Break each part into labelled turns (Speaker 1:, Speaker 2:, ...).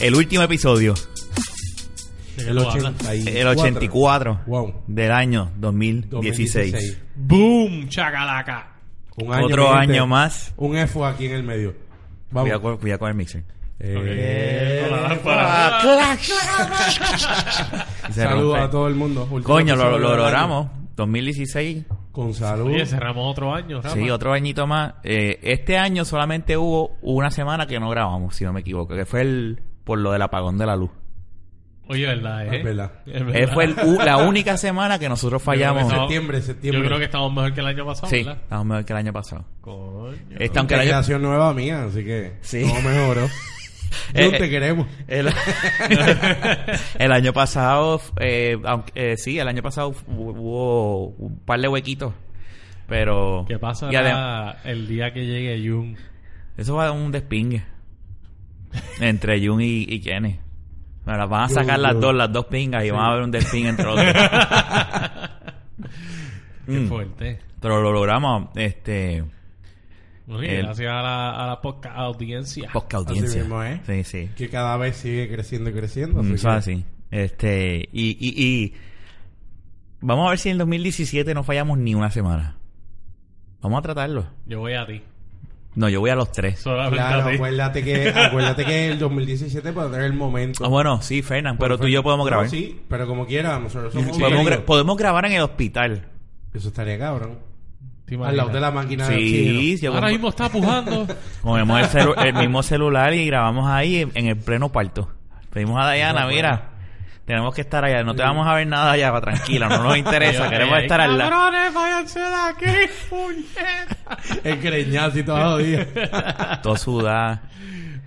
Speaker 1: el último episodio,
Speaker 2: ¿De qué
Speaker 3: El
Speaker 2: tú hablas?
Speaker 3: 84.
Speaker 1: el 84
Speaker 3: Wow.
Speaker 1: del año 2016.
Speaker 3: 2016.
Speaker 2: ¡Boom! ¡Chacalaca!
Speaker 3: Un
Speaker 1: Otro
Speaker 3: mi gente.
Speaker 1: año más.
Speaker 3: Un F aquí en el medio.
Speaker 1: Cuidado
Speaker 3: Vamos.
Speaker 1: con, cuidado con el mixer.
Speaker 3: Eh,
Speaker 2: Con la lámpara.
Speaker 1: Y se
Speaker 3: Saludos
Speaker 1: rompe.
Speaker 3: a todo el mundo. Último
Speaker 1: Coño, lo,
Speaker 3: episodio
Speaker 1: lo
Speaker 3: del año.
Speaker 1: logramos. 2016.
Speaker 3: Con salud.
Speaker 2: Oye, cerramos otro año, Rafa.
Speaker 1: Sí, otro añito más. Eh, este año solamente hubo una semana que no grabamos, si no me equivoco, que fue el por lo del apagón de la luz.
Speaker 2: Oye, ¿verdad? eh?
Speaker 3: Ah, Es verdad.
Speaker 2: Es
Speaker 1: Eh,
Speaker 2: verdad.
Speaker 1: fue el u- la única semana que nosotros fallamos.
Speaker 2: Yo creo que
Speaker 3: Septiembre, septiembre.
Speaker 2: Yo creo que estamos mejor que el año pasado,
Speaker 1: Sí,
Speaker 2: ¿verdad?
Speaker 1: estamos mejor que el año pasado.
Speaker 2: Coño.
Speaker 1: Este, aunque el año-
Speaker 3: Creación nueva mía, así que
Speaker 1: Sí.
Speaker 3: todo mejoró.
Speaker 1: Eh,
Speaker 3: Jun,
Speaker 1: eh.
Speaker 3: te queremos.
Speaker 1: El, el año pasado, eh, aunque, eh, sí, el año pasado hu- hubo un par de huequitos, pero...
Speaker 2: ¿Qué pasa
Speaker 1: y adem-
Speaker 2: el día que llegue Jun?
Speaker 1: Eso va a dar un despingue entre Jun y, y Kenny. Me las van a
Speaker 3: Jun,
Speaker 1: sacar las
Speaker 3: Jun.
Speaker 1: dos, las dos pingas, y van a haber un despingue entre los dos.
Speaker 2: Qué
Speaker 1: Mm,
Speaker 2: fuerte.
Speaker 1: pero lo logramos, este...
Speaker 2: Muy
Speaker 1: El-
Speaker 2: bien, gracias a la, a la podcast audiencia.
Speaker 1: Posca
Speaker 3: Así
Speaker 1: audiencia.
Speaker 3: mismo, ¿eh? pues,
Speaker 1: Sí, sí.
Speaker 3: Que cada vez sigue creciendo y creciendo.
Speaker 1: Mm,
Speaker 3: así
Speaker 1: Eso es
Speaker 3: que-
Speaker 1: así. Este, y, y, y vamos a ver si en el 2017 no fallamos ni una semana. Vamos a tratarlo.
Speaker 2: Yo voy a ti.
Speaker 1: No, yo voy a los tres.
Speaker 2: Solamente
Speaker 3: Claro, pues,
Speaker 2: a ti.
Speaker 3: acuérdate que, acuérdate que el 2017 para tener el momento.
Speaker 1: Ah, bueno, sí, Fernan, pero tú y yo podemos
Speaker 3: No,
Speaker 1: grabar.
Speaker 3: sí, pero como quiera, nosotros somos
Speaker 1: podemos, gra-
Speaker 3: amigos.
Speaker 1: podemos grabar en el hospital.
Speaker 3: Eso estaría cabrón.
Speaker 2: ¿Te
Speaker 3: Al lado de la
Speaker 2: imaginas?
Speaker 3: máquina de
Speaker 1: Sí,
Speaker 3: oxígeno.
Speaker 1: sí,
Speaker 2: Ahora
Speaker 1: con-
Speaker 2: mismo está pujando.
Speaker 1: comemos el, celu- el mismo celular y grabamos ahí en, en el pleno parto. Pedimos a Dayana, mira, tenemos que estar allá. No te vamos a ver nada allá, va, tranquila, no nos interesa.
Speaker 2: Ay,
Speaker 1: queremos
Speaker 2: ay,
Speaker 1: estar al lado.
Speaker 2: ¡Cabrones, váyanse de aquí, puñeta!
Speaker 3: El creñazo y todo jodido.
Speaker 1: Todo sudada.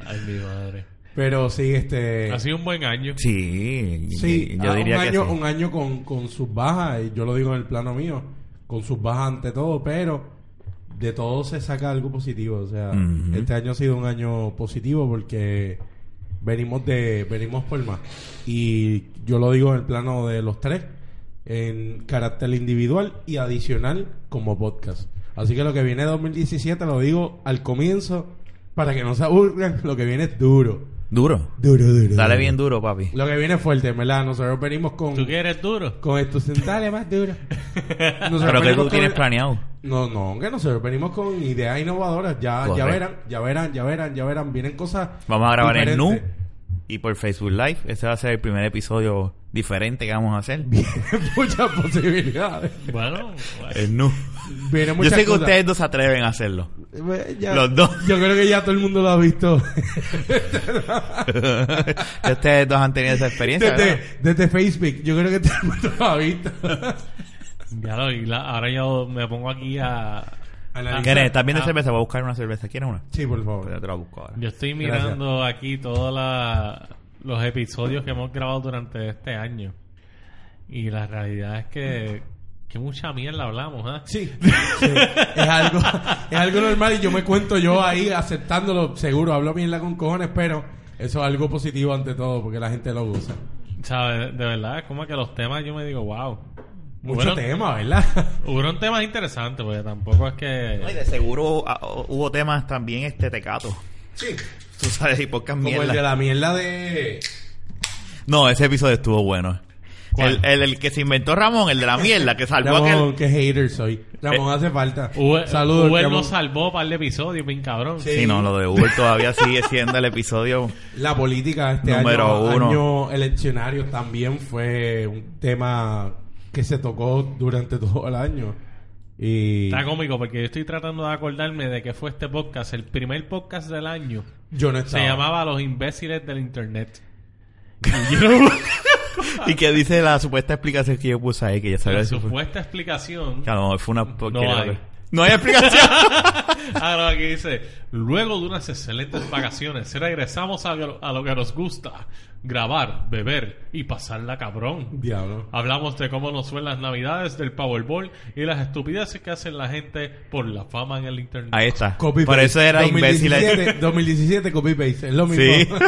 Speaker 2: Ay, mi madre.
Speaker 3: Pero sí, este...
Speaker 2: Ha sido un buen año.
Speaker 1: Sí,
Speaker 3: Sí,
Speaker 1: yo
Speaker 3: ah,
Speaker 1: diría
Speaker 3: un
Speaker 1: que
Speaker 3: año,
Speaker 1: sí.
Speaker 3: un año con, con sus bajas, y yo lo digo en el plano mío, con sus bajas ante todo, pero de todo se saca algo positivo. O sea,
Speaker 1: Ujú.
Speaker 3: este año ha sido un año positivo porque venimos de venimos por más. Y yo lo digo en el plano de los tres, en carácter individual y adicional como podcast. Así que lo que viene de 2017 lo digo al comienzo para que no se aburran, lo que viene es duro.
Speaker 1: Duro.
Speaker 3: Duro, duro.
Speaker 1: Dale
Speaker 3: duro.
Speaker 1: bien duro, papi.
Speaker 3: Lo que viene es fuerte, en ¿verdad? Nosotros venimos con,
Speaker 2: ¿Tú que eres duro?
Speaker 3: con estos centales más duros. Nosotros
Speaker 1: Pero que
Speaker 3: venimos
Speaker 1: tú
Speaker 3: con-
Speaker 1: tienes planeado.
Speaker 3: No, no, que nosotros venimos con ideas innovadoras. Ya, ya
Speaker 1: Correcto.
Speaker 3: verán, ya verán, ya verán, ya verán. Vienen cosas.
Speaker 1: Vamos a grabar en
Speaker 3: diferentes.
Speaker 1: Nu y por Facebook Live. Este va a ser el primer episodio diferente que vamos a hacer.
Speaker 3: muchas posibilidades.
Speaker 2: Bueno, bueno.
Speaker 1: En Nu.
Speaker 3: Vienen
Speaker 1: Yo
Speaker 3: muchas
Speaker 1: sé que
Speaker 3: cosas.
Speaker 1: ustedes dos se atreven a hacerlo.
Speaker 3: Eh, ya-
Speaker 1: los dos.
Speaker 3: Yo creo que ya todo el mundo lo ha visto.
Speaker 1: ustedes dos han tenido esa experiencia. ¿verdad?
Speaker 3: desde, desde Facebook. Yo creo que todo el mundo lo ha visto.
Speaker 2: ya lo, y la- ahora yo me pongo aquí a...
Speaker 3: Analizar.
Speaker 1: ¿Quieren? ¿Estás viendo
Speaker 2: Ah.
Speaker 1: cerveza? Voy a buscar una cerveza. ¿Quieres una?
Speaker 3: Sí, por favor.
Speaker 1: Pues yo te la busco ahora.
Speaker 2: Yo estoy
Speaker 3: Gracias.
Speaker 2: mirando aquí todos los episodios que hemos grabado durante este año. Y la realidad es que... Que mucha mierda hablamos, ¿ah?
Speaker 3: Sí, sí. Es, algo, es algo normal y yo me cuento yo ahí aceptándolo, seguro, hablo mierda con cojones, pero eso es algo positivo ante todo porque la gente lo usa.
Speaker 2: ¿Sabes? De verdad, es como que los temas yo me digo, wow.
Speaker 3: Mucho
Speaker 2: Bueno,
Speaker 3: tema, ¿verdad?
Speaker 2: Hubieron temas interesantes, porque tampoco es
Speaker 1: No, y
Speaker 2: que...
Speaker 1: de seguro ah, hubo temas también este tecato.
Speaker 3: Sí.
Speaker 1: Tú sabes, y pocas
Speaker 3: Como el de
Speaker 1: mierdas.
Speaker 3: la mierda de...
Speaker 1: No, ese episodio estuvo bueno.
Speaker 2: ¿Cuál?
Speaker 1: El, el, el que se inventó Ramón, el de la mierda, que salvó aquel.
Speaker 3: Ramón, qué hater soy. Ramón hace falta.
Speaker 2: Uber,
Speaker 3: Saludos,
Speaker 2: Uber
Speaker 3: Ramón.
Speaker 2: nos salvó para el episodio, bien cabrón.
Speaker 3: Sí.
Speaker 1: Sí, no, lo de Uber todavía sigue siendo el episodio.
Speaker 3: La política este
Speaker 1: Número
Speaker 3: año,
Speaker 1: uno.
Speaker 3: año eleccionario también fue un tema que se tocó durante todo el año. Y
Speaker 2: Está cómico porque yo estoy tratando de acordarme de que fue este podcast, el primer podcast del año.
Speaker 3: yo no
Speaker 2: Se
Speaker 3: estaba.
Speaker 2: llamaba Los imbéciles del internet.
Speaker 1: y que dice la supuesta explicación que yo puse ahí, que ya
Speaker 2: La
Speaker 1: sabía si fue-
Speaker 2: supuesta explicación.
Speaker 1: Que a lo mejor fue una porquería.
Speaker 2: hay.
Speaker 1: No hay explicación.
Speaker 2: Ahora Ah, aquí dice, luego de unas excelentes vacaciones, regresamos a, lo- a lo que nos gusta, grabar, beber y pasarla cabrón.
Speaker 3: Diablo.
Speaker 2: Hablamos de cómo nos fue en las navidades, del Powerball y las estupideces que hacen la gente por la fama en el internet.
Speaker 1: ahí está.
Speaker 3: Copy
Speaker 1: Por
Speaker 3: paste.
Speaker 1: eso era imbécil.
Speaker 3: 2017, 2017 copy paste, es lo mismo.
Speaker 1: Sí.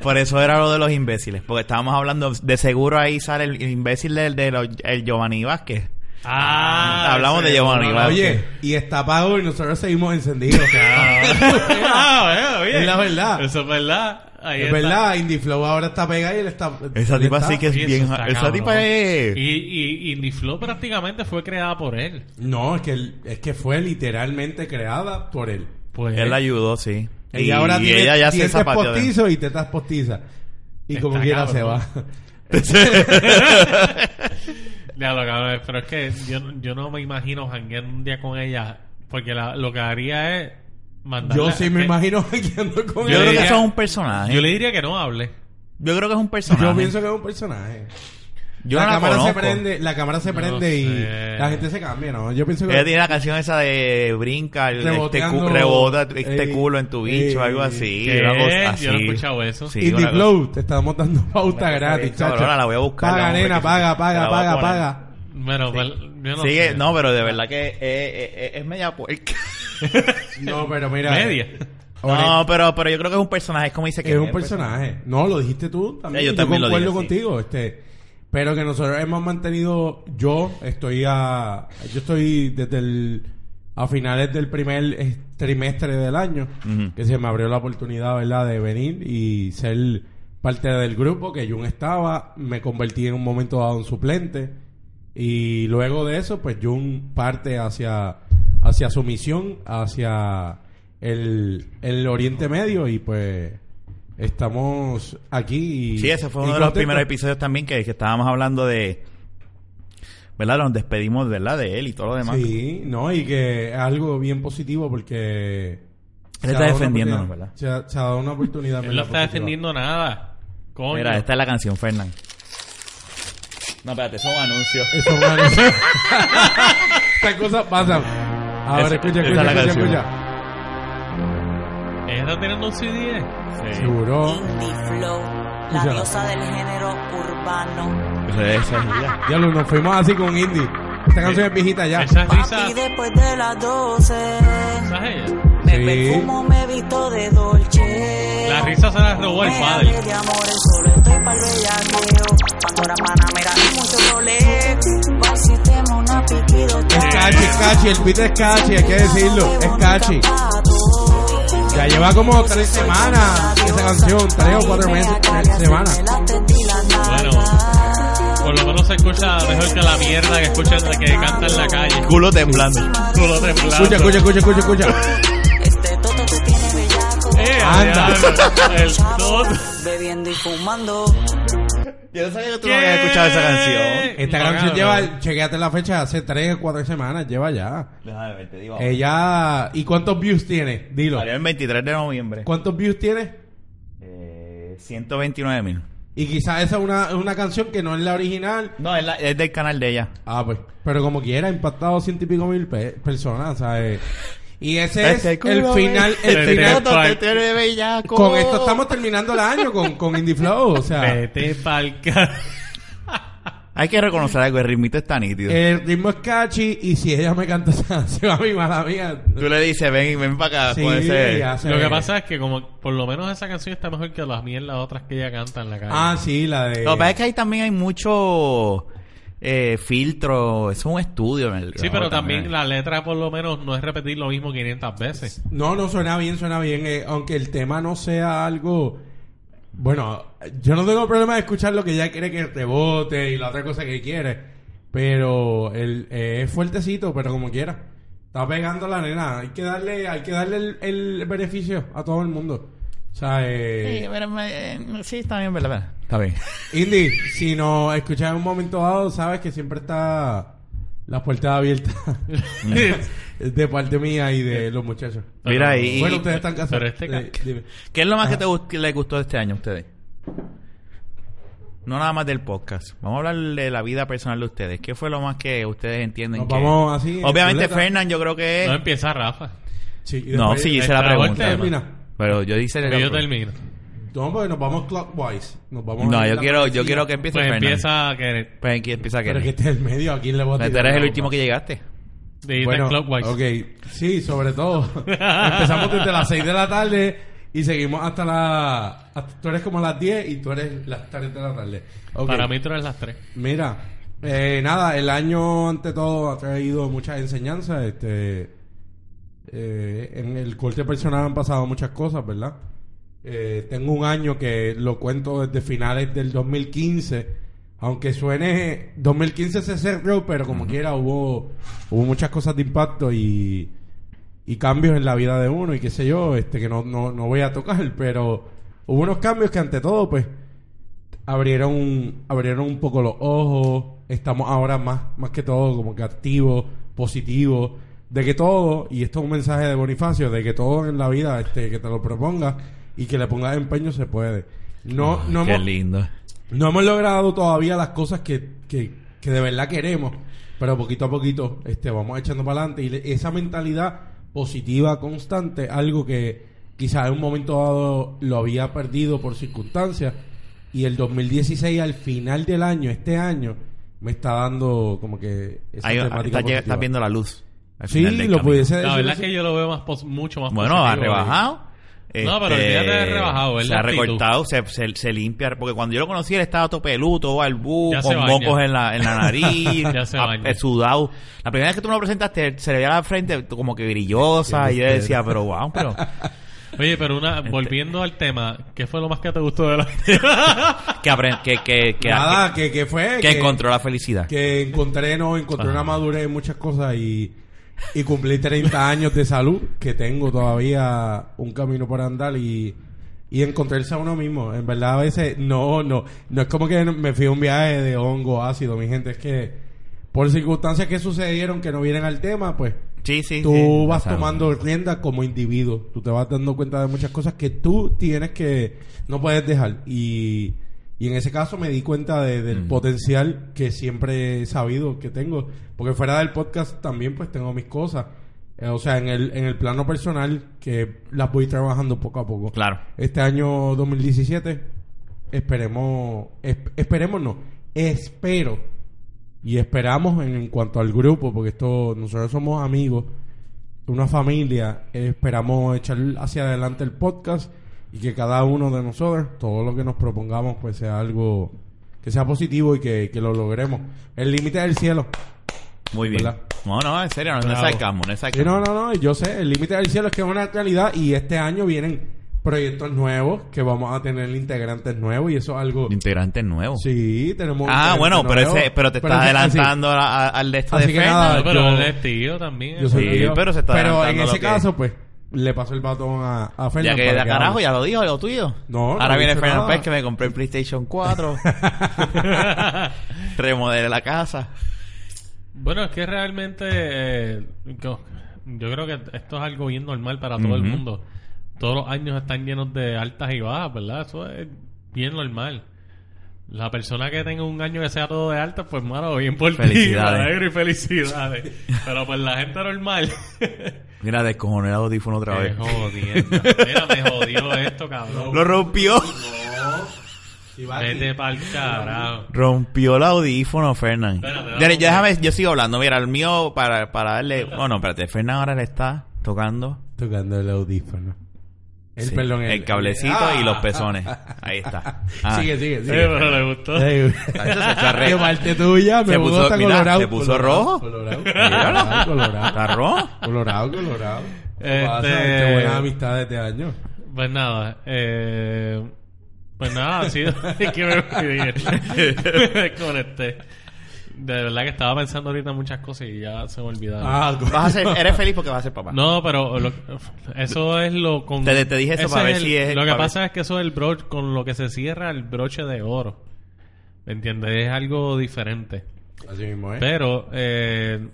Speaker 1: Por eso era lo de los imbéciles. Porque estábamos hablando, de seguro ahí sale el imbécil del de los- el Giovanni Vázquez.
Speaker 2: Ah,
Speaker 1: Hablamos
Speaker 2: ese-
Speaker 1: de Giovanni Vázquez.
Speaker 3: Oye, y está apagado y nosotros seguimos encendidos.
Speaker 2: Ah, bueno, oye.
Speaker 3: Es la verdad.
Speaker 2: Eso es verdad. Ahí
Speaker 3: es
Speaker 2: está.
Speaker 3: verdad, Indie Flow ahora está pegada y él está.
Speaker 1: Esa
Speaker 3: él
Speaker 1: tipa
Speaker 3: está-
Speaker 1: sí que es
Speaker 2: Oye, eso
Speaker 1: bien...
Speaker 2: está
Speaker 1: Esa
Speaker 2: cabrón.
Speaker 1: tipa es...
Speaker 2: Y, y, y Niflo prácticamente fue creada por él.
Speaker 3: No, es que, él- es que fue literalmente creada por él.
Speaker 2: Pues
Speaker 1: Él la ayudó, sí.
Speaker 3: Ella ahora tiene
Speaker 1: ella ya se
Speaker 3: dientes
Speaker 1: zapateó. de-
Speaker 3: postizos y tetas postizas. Y como
Speaker 2: Está
Speaker 3: quiera
Speaker 2: cabrón.
Speaker 3: se va.
Speaker 1: Este.
Speaker 2: Ya lo cabrón, pero es que yo, no- yo no me imagino janguear un día con ella, porque la- lo que haría es mandarla.
Speaker 3: Yo sí me
Speaker 2: que-
Speaker 3: imagino jangueando con
Speaker 1: Yo
Speaker 3: él.
Speaker 1: creo que
Speaker 2: diría-
Speaker 1: eso es un personaje.
Speaker 2: Yo le diría que no hable.
Speaker 1: Yo creo que es un personaje.
Speaker 3: Yo pienso que es un personaje.
Speaker 1: Yo
Speaker 3: la
Speaker 1: no la
Speaker 3: cámara se
Speaker 1: conozco.
Speaker 3: prende, la cámara se
Speaker 2: No
Speaker 3: prende y
Speaker 2: sé.
Speaker 3: la gente se cambia, ¿no? Yo pienso
Speaker 1: Ella
Speaker 3: que
Speaker 1: tiene la canción esa de brinca, el- este
Speaker 3: Reboteando,
Speaker 1: cu- rebota este
Speaker 3: eh,
Speaker 1: culo en tu bicho,
Speaker 3: eh,
Speaker 1: algo así.
Speaker 2: ¿Qué?
Speaker 1: algo así.
Speaker 2: Yo no he escuchado eso.
Speaker 1: Sí,
Speaker 3: Indie
Speaker 1: una-
Speaker 3: Flow, te estamos dando pauta gratis, chacho.
Speaker 1: Cabrona, la voy a buscar,
Speaker 3: Paga,
Speaker 1: la voy a
Speaker 3: nena,
Speaker 1: ver que-
Speaker 3: paga,
Speaker 1: te
Speaker 3: paga,
Speaker 1: la voy a
Speaker 3: paga,
Speaker 1: poner.
Speaker 3: paga.
Speaker 2: Bueno, pues, yo no
Speaker 1: Sigue-
Speaker 2: sé.
Speaker 1: no, pero de verdad que eh, eh, eh, es media puerca.
Speaker 3: No, pero mira.
Speaker 2: Media.
Speaker 3: Ahora,
Speaker 1: No, pues, pero, pero yo creo que es un personaje, es como dice que
Speaker 3: es un personaje. No, lo dijiste tú también.
Speaker 1: Eh, yo
Speaker 3: yo
Speaker 1: también lo
Speaker 3: concuerdo
Speaker 1: dije, sí.
Speaker 3: contigo. Este, pero que nosotros hemos mantenido. Yo estoy a. Yo estoy desde el. A finales del primer eh, trimestre del año.
Speaker 1: Ujú.
Speaker 3: Que se me abrió la oportunidad, ¿verdad?, de venir y ser parte del grupo que Jun estaba. Me convertí en un momento dado en suplente. Y luego de eso, pues Jun parte hacia, hacia su misión, hacia el, el Oriente Medio y pues estamos aquí. Y,
Speaker 1: Sí, ese fue
Speaker 3: y
Speaker 1: uno de los
Speaker 3: contentos.
Speaker 1: primeros episodios también que, que estábamos hablando de. ¿Verdad? Nos despedimos, ¿verdad? De él y todo lo demás.
Speaker 3: Sí, no, y que es algo bien positivo porque... se ha
Speaker 1: está
Speaker 3: dado una
Speaker 1: defendiéndonos,
Speaker 3: oportunidad.
Speaker 1: ¿verdad?
Speaker 3: Se ha, se ha dado una oportunidad.
Speaker 2: Él
Speaker 3: ¿verdad?
Speaker 2: no está
Speaker 3: positiva.
Speaker 2: defendiendo nada. Coño.
Speaker 1: Mira, esta es la canción, Fernán. No, espérate, son anuncios.
Speaker 3: Eso es una cosa. Estas cosas pasan. Ahora
Speaker 1: Esa-
Speaker 3: escucha,
Speaker 1: esa es la
Speaker 3: escucha, escucha,
Speaker 1: canción.
Speaker 3: escucha.
Speaker 2: Ella está tirando un CD.
Speaker 3: Seguro.
Speaker 4: Indie Flow, la
Speaker 3: Escucha.
Speaker 4: diosa del género urbano.
Speaker 1: Esa es la-
Speaker 3: Ya lo, nos fuimos así con Indy. Esta canción es viejita ya.
Speaker 2: Esa risa.
Speaker 4: Papi, después de las 12,
Speaker 2: esa es ella.
Speaker 4: me
Speaker 3: Sí.
Speaker 4: perfumo, me visto de dolce.
Speaker 2: La risa se la robó el
Speaker 4: Me
Speaker 2: padre.
Speaker 4: hablé de amores, solo estoy pa'l bellaqueo. Pandora, Panamera y mucho rolé. Pasitemos una piquido.
Speaker 3: Es cachi, es cachi, el beat es cachi, hay que decirlo, es cachi. Ya lleva como tres semanas esa canción, tres o cuatro meses, tres semanas.
Speaker 2: Bueno, por lo menos se escucha mejor que la mierda que escuchan de que canta en la calle.
Speaker 1: Culo temblando.
Speaker 2: Culo temblando.
Speaker 3: Escucha, escucha, escucha, escucha, escucha.
Speaker 4: Este toto te tiene bellaco.
Speaker 2: Eh,
Speaker 3: Anda.
Speaker 2: diablo, El todo.
Speaker 4: Bebiendo y fumando.
Speaker 1: Yo no sabía que tú
Speaker 2: ¿Qué?
Speaker 1: no habías escuchado esa canción.
Speaker 3: Esta
Speaker 2: No, cabrón.
Speaker 3: canción lleva, chequeate la fecha, hace tres o cuatro semanas, lleva ya.
Speaker 1: Déjame ver, te digo. ahora.
Speaker 3: Ella, Eh, ¿y cuántos views tiene? Dilo.
Speaker 1: Salió el 23 de noviembre.
Speaker 3: ¿Cuántos views tiene?
Speaker 1: Eh, 129 mil.
Speaker 3: Y quizás esa es una, es una canción que no es la original.
Speaker 1: No, es, la- es del canal de ella.
Speaker 3: Ah, pues, pero como quiera, ha impactado ciento y pico mil pe- personas, ¿sabes? Y ese es
Speaker 1: Este
Speaker 3: el
Speaker 1: culo,
Speaker 3: final,
Speaker 1: güey.
Speaker 3: el final.
Speaker 1: toto te tiene bellaco.
Speaker 3: Con esto estamos terminando el año con, con Indie Flow. O sea,
Speaker 2: Vete pa'l ca...
Speaker 1: Hay que reconocer algo, el ritmito está nítido.
Speaker 3: el ritmo es catchy y si ella me canta esa canción a mí, mala mía.
Speaker 1: Tú le dices, ven, ven para acá.
Speaker 3: Sí,
Speaker 1: con ese-
Speaker 3: ya sé.
Speaker 2: Lo que pasa es que como por lo menos esa canción está mejor que las mierdas otras que ella canta en la calle.
Speaker 3: Ah, sí, la de.
Speaker 1: Lo que pasa es que ahí también hay mucho eh, filtro. Es un estudio. En el
Speaker 2: sí, pero también la letra por lo menos no es repetir lo mismo 500 veces.
Speaker 3: Pues, No, no suena bien, suena bien. eh, aunque el tema no sea algo. Bueno, yo no tengo problema de escuchar lo que ella quiere que rebote y la otra cosa que quiere. Pero el, eh, es fuertecito, pero como quiera. Está pegando la nena. Hay que darle, hay que darle el, el beneficio a todo el mundo. O sea, eh,
Speaker 1: Sí, pero me- eh, sí, está bien, ¿verdad? verdad. Está bien.
Speaker 3: Indy, si nos escuchas en un momento dado, sabes que siempre está las puertas abiertas de parte mía y de los muchachos.
Speaker 1: Mira, y,
Speaker 3: bueno, ustedes están casados.
Speaker 2: pero este ca-
Speaker 3: Eh, dime.
Speaker 1: ¿qué es lo más que te gust- que les gustó de este año a ustedes? No nada más del podcast. Vamos a hablar de la vida personal de ustedes. ¿Qué fue lo más que ustedes entienden?
Speaker 3: Nos
Speaker 1: que-
Speaker 3: vamos así, en
Speaker 1: Obviamente,
Speaker 3: chuleta.
Speaker 1: Fernán, yo creo que es...
Speaker 2: No empieza Rafa.
Speaker 3: Sí, y
Speaker 1: No,
Speaker 3: después- eh,
Speaker 1: sí, hice
Speaker 2: el
Speaker 1: la
Speaker 2: trabajo
Speaker 1: pregunta.
Speaker 3: termina.
Speaker 1: además. Pero yo hice la
Speaker 2: Que yo
Speaker 1: pregunta.
Speaker 2: termino.
Speaker 3: No, porque nos vamos clockwise. Nos vamos
Speaker 1: No,
Speaker 3: a
Speaker 1: yo
Speaker 3: la
Speaker 1: quiero, yo
Speaker 3: partecilla.
Speaker 1: quiero que empiece
Speaker 2: Pues
Speaker 1: Fernan.
Speaker 2: empieza que
Speaker 1: Pues aquí empieza
Speaker 3: Pero que
Speaker 1: que...
Speaker 3: este es el medio, aquí le voy a
Speaker 1: Tú
Speaker 3: tirar
Speaker 1: Este eres el
Speaker 3: la
Speaker 1: último
Speaker 3: bomba.
Speaker 1: que llegaste.
Speaker 2: dijiste
Speaker 3: Bueno,
Speaker 2: Clockwise.
Speaker 3: ok. Sí, sobre todo. Empezamos desde las 6 de la tarde y seguimos hasta la... hasta- tú eres como las 10 y tú eres las 3 de la tarde. Ok.
Speaker 2: Para mí tú eres las tres.
Speaker 3: Mira, eh, nada, el año ante todo ha traído muchas enseñanzas. Este, eh, en el corte personal han pasado muchas cosas, ¿verdad? Eh, tengo un año que lo cuento desde finales del 2015. Aunque suene 2015 se cerró, pero como quiera hubo hubo muchas cosas de impacto y, y cambios en la vida de uno y qué sé yo, este que no, no, no voy a tocar, pero hubo unos cambios que ante todo pues abrieron abrieron un poco los ojos, estamos ahora más más que todo como que activos, positivos, de que todo y esto es un mensaje de Bonifacio de que todo en la vida este que te lo propongas y que le pongas empeño se puede. No
Speaker 1: Ay,
Speaker 3: no
Speaker 1: Qué
Speaker 3: hemos-
Speaker 1: lindo.
Speaker 3: no hemos logrado todavía las cosas que, que, que de verdad queremos, pero poquito a poquito este, vamos echando para adelante. Y le- esa mentalidad positiva, constante, algo que quizás en un momento dado lo había perdido por circunstancias. Y el 2016, al final del año, este año, me está dando como que esa
Speaker 1: Ahí,
Speaker 3: temática
Speaker 1: estás,
Speaker 3: positiva.
Speaker 1: lle- estás viendo la luz. al
Speaker 3: Sí,
Speaker 1: final del
Speaker 3: lo
Speaker 1: camino.
Speaker 3: pudiese decir.
Speaker 2: La verdad es
Speaker 3: así.
Speaker 2: que yo lo veo más pos- mucho más
Speaker 1: Bueno,
Speaker 2: positivo,
Speaker 1: ha
Speaker 2: eh.
Speaker 1: rebajado. Este,
Speaker 2: No, pero olvídate de rebajado, es
Speaker 1: Se
Speaker 2: la
Speaker 1: ha
Speaker 2: actitud.
Speaker 1: recortado, se, se, se limpia. Porque cuando yo lo conocí, él estaba todo peludo, todo barbú,
Speaker 2: Ya se
Speaker 1: con
Speaker 2: baña.
Speaker 1: mocos en la, en la nariz,
Speaker 2: Ya se
Speaker 1: a-
Speaker 2: baña.
Speaker 1: eh, sudado. La primera vez que tú me lo presentaste, se le veía la frente como que brillosa.
Speaker 3: Qué
Speaker 1: y yo
Speaker 3: misterio.
Speaker 1: decía, pero wow, pero
Speaker 2: Oye, pero una,
Speaker 3: Este-
Speaker 2: volviendo al tema, ¿qué fue lo más que te gustó de la
Speaker 1: que, aprend- que, que, que,
Speaker 3: Nada, que, que fue.
Speaker 1: que- que encontró la felicidad.
Speaker 3: que encontré no encontré
Speaker 1: Ajá.
Speaker 3: una madurez en muchas cosas y, y cumplí 30 años de salud que tengo todavía un camino por andar y y encontrarse a uno mismo en verdad a veces no no no es como que me fui a un viaje de hongo ácido mi gente es que por circunstancias que sucedieron que no vienen al tema pues
Speaker 1: sí, sí.
Speaker 3: tú
Speaker 1: sí.
Speaker 3: vas
Speaker 1: O sea,
Speaker 3: tomando rienda como individuo. Tú te vas dando cuenta de muchas cosas que tú tienes que no puedes dejar. Y, y en ese caso me di cuenta de- del potencial que siempre he sabido que tengo. Porque fuera del podcast también pues tengo mis cosas. Eh, o sea, en el, en el plano personal que las voy trabajando poco a poco.
Speaker 1: Claro.
Speaker 3: Este año 2017 esperemos, esp- esperemos no, espero y esperamos en, en cuanto al grupo, porque esto nosotros somos amigos, una familia, eh, esperamos echar hacia adelante el podcast y que cada uno de nosotros, todo lo que nos propongamos, pues sea algo que sea positivo y que, que lo logremos. El límite del cielo.
Speaker 1: Muy bien.
Speaker 3: ¿Verdad?
Speaker 1: No, no, en serio, no, no es
Speaker 2: Bravo.
Speaker 1: sarcasmo, no es
Speaker 3: Sí,
Speaker 1: sarcasmo.
Speaker 3: no, no, no, yo sé, el límite del cielo es que es una realidad y este año vienen proyectos nuevos que vamos a tener integrantes nuevos y eso es algo...
Speaker 1: Integrante nuevo.
Speaker 3: Sí, tenemos...
Speaker 1: Ah,
Speaker 3: integrantes
Speaker 1: bueno, pero,
Speaker 3: nuevos.
Speaker 1: ese, pero te
Speaker 3: Pero ah,
Speaker 1: estás
Speaker 3: ese- así.
Speaker 1: adelantando a- a- al de esta
Speaker 3: Así
Speaker 1: de
Speaker 3: que
Speaker 1: Fernan.
Speaker 3: nada,
Speaker 2: No, pero
Speaker 3: Ah, yo-
Speaker 2: él es tío también.
Speaker 3: Yo soy
Speaker 1: Sí,
Speaker 3: yo.
Speaker 1: pero se está
Speaker 3: Pero en
Speaker 1: adelantando
Speaker 3: ese
Speaker 1: lo que-
Speaker 3: caso, pues, le paso el batón a, a
Speaker 1: Ya
Speaker 3: Fernan
Speaker 1: que
Speaker 3: para
Speaker 1: da
Speaker 3: que
Speaker 1: carajo,
Speaker 3: hable.
Speaker 1: ya lo dijo, lo tuyo.
Speaker 3: No, no
Speaker 1: Ahora
Speaker 3: he
Speaker 1: viene
Speaker 3: dicho
Speaker 1: Fernando
Speaker 3: nada.
Speaker 1: Pérez que me compré el PlayStation 4, remodelé la casa.
Speaker 2: Bueno, es que realmente eh, yo, yo creo que esto es algo bien normal para todo el
Speaker 1: Ujú.
Speaker 2: mundo. Todos los años están llenos de altas y bajas, ¿verdad? Eso es bien normal. La persona que tenga un año que sea todo de altas, pues mano, bien por ti,
Speaker 1: Felicidades.
Speaker 2: me alegro y felicidades. Pero pues la gente normal.
Speaker 1: Mira, descojoné el audífono otra
Speaker 2: Me
Speaker 1: vez.
Speaker 2: jodiendo. Mira, me jodió esto, cabrón.
Speaker 1: Lo rompió.
Speaker 3: Sí, va aquí.
Speaker 2: Vete pa'l carajo.
Speaker 1: Rompió el audífono, Fernán.
Speaker 2: Espérate,
Speaker 1: Ya-
Speaker 2: vamos.
Speaker 1: ya déjame, yo sigo hablando. Mira, el mío para, para darle... Oh, no, espérate. Fernán ahora le está tocando
Speaker 3: Tocando el audífono. El,
Speaker 1: sí,
Speaker 3: perdón,
Speaker 1: el cablecito y los pezones. Ahí está. Ah,
Speaker 3: Sigue, sigue,
Speaker 2: Sí,
Speaker 3: sigue.
Speaker 2: pero le gustó.
Speaker 3: Ey,
Speaker 1: Eso se está re-
Speaker 3: de parte tuya, me
Speaker 1: Se
Speaker 3: puso
Speaker 1: puso-
Speaker 3: hasta
Speaker 1: mira,
Speaker 3: colorado.
Speaker 1: se puso
Speaker 3: Colorado,
Speaker 1: rojo.
Speaker 3: Colorado,
Speaker 1: Míralo.
Speaker 3: colorado, colorado.
Speaker 1: ¿Está rojo?
Speaker 3: Colorado, colorado. ¿Qué
Speaker 2: Este-
Speaker 3: pasa? Qué buena amistad de este año.
Speaker 2: Pues nada, eh, pues nada, ha sido es que me, me desconecté. este. De verdad que estaba pensando ahorita en muchas cosas y ya se me olvidaron.
Speaker 3: Ah,
Speaker 1: Vas a ser, eres feliz porque vas a ser papá.
Speaker 2: No, pero lo- eso es lo con
Speaker 1: Te- te dije eso
Speaker 2: ese
Speaker 1: para ver
Speaker 2: el-
Speaker 1: si es-
Speaker 2: Lo que
Speaker 1: para ver
Speaker 2: pasa es que eso es el broche con lo que se cierra el broche de oro. ¿Me entiendes? Es algo diferente.
Speaker 3: Así mismo, ¿eh?
Speaker 2: Pero eh,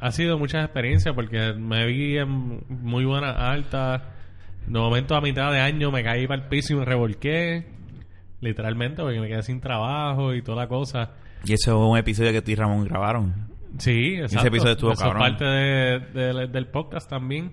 Speaker 2: ha sido muchas experiencias porque me vi en muy buenas altas. De momento a mitad de año me caí para el piso y me revolqué. Literalmente porque me quedé sin trabajo y toda la cosa.
Speaker 1: Y eso es un episodio que tú y Ramón grabaron.
Speaker 2: Sí, exacto.
Speaker 1: episodio estuvo
Speaker 2: Eso
Speaker 1: cabrón.
Speaker 2: es parte de- de- del podcast también.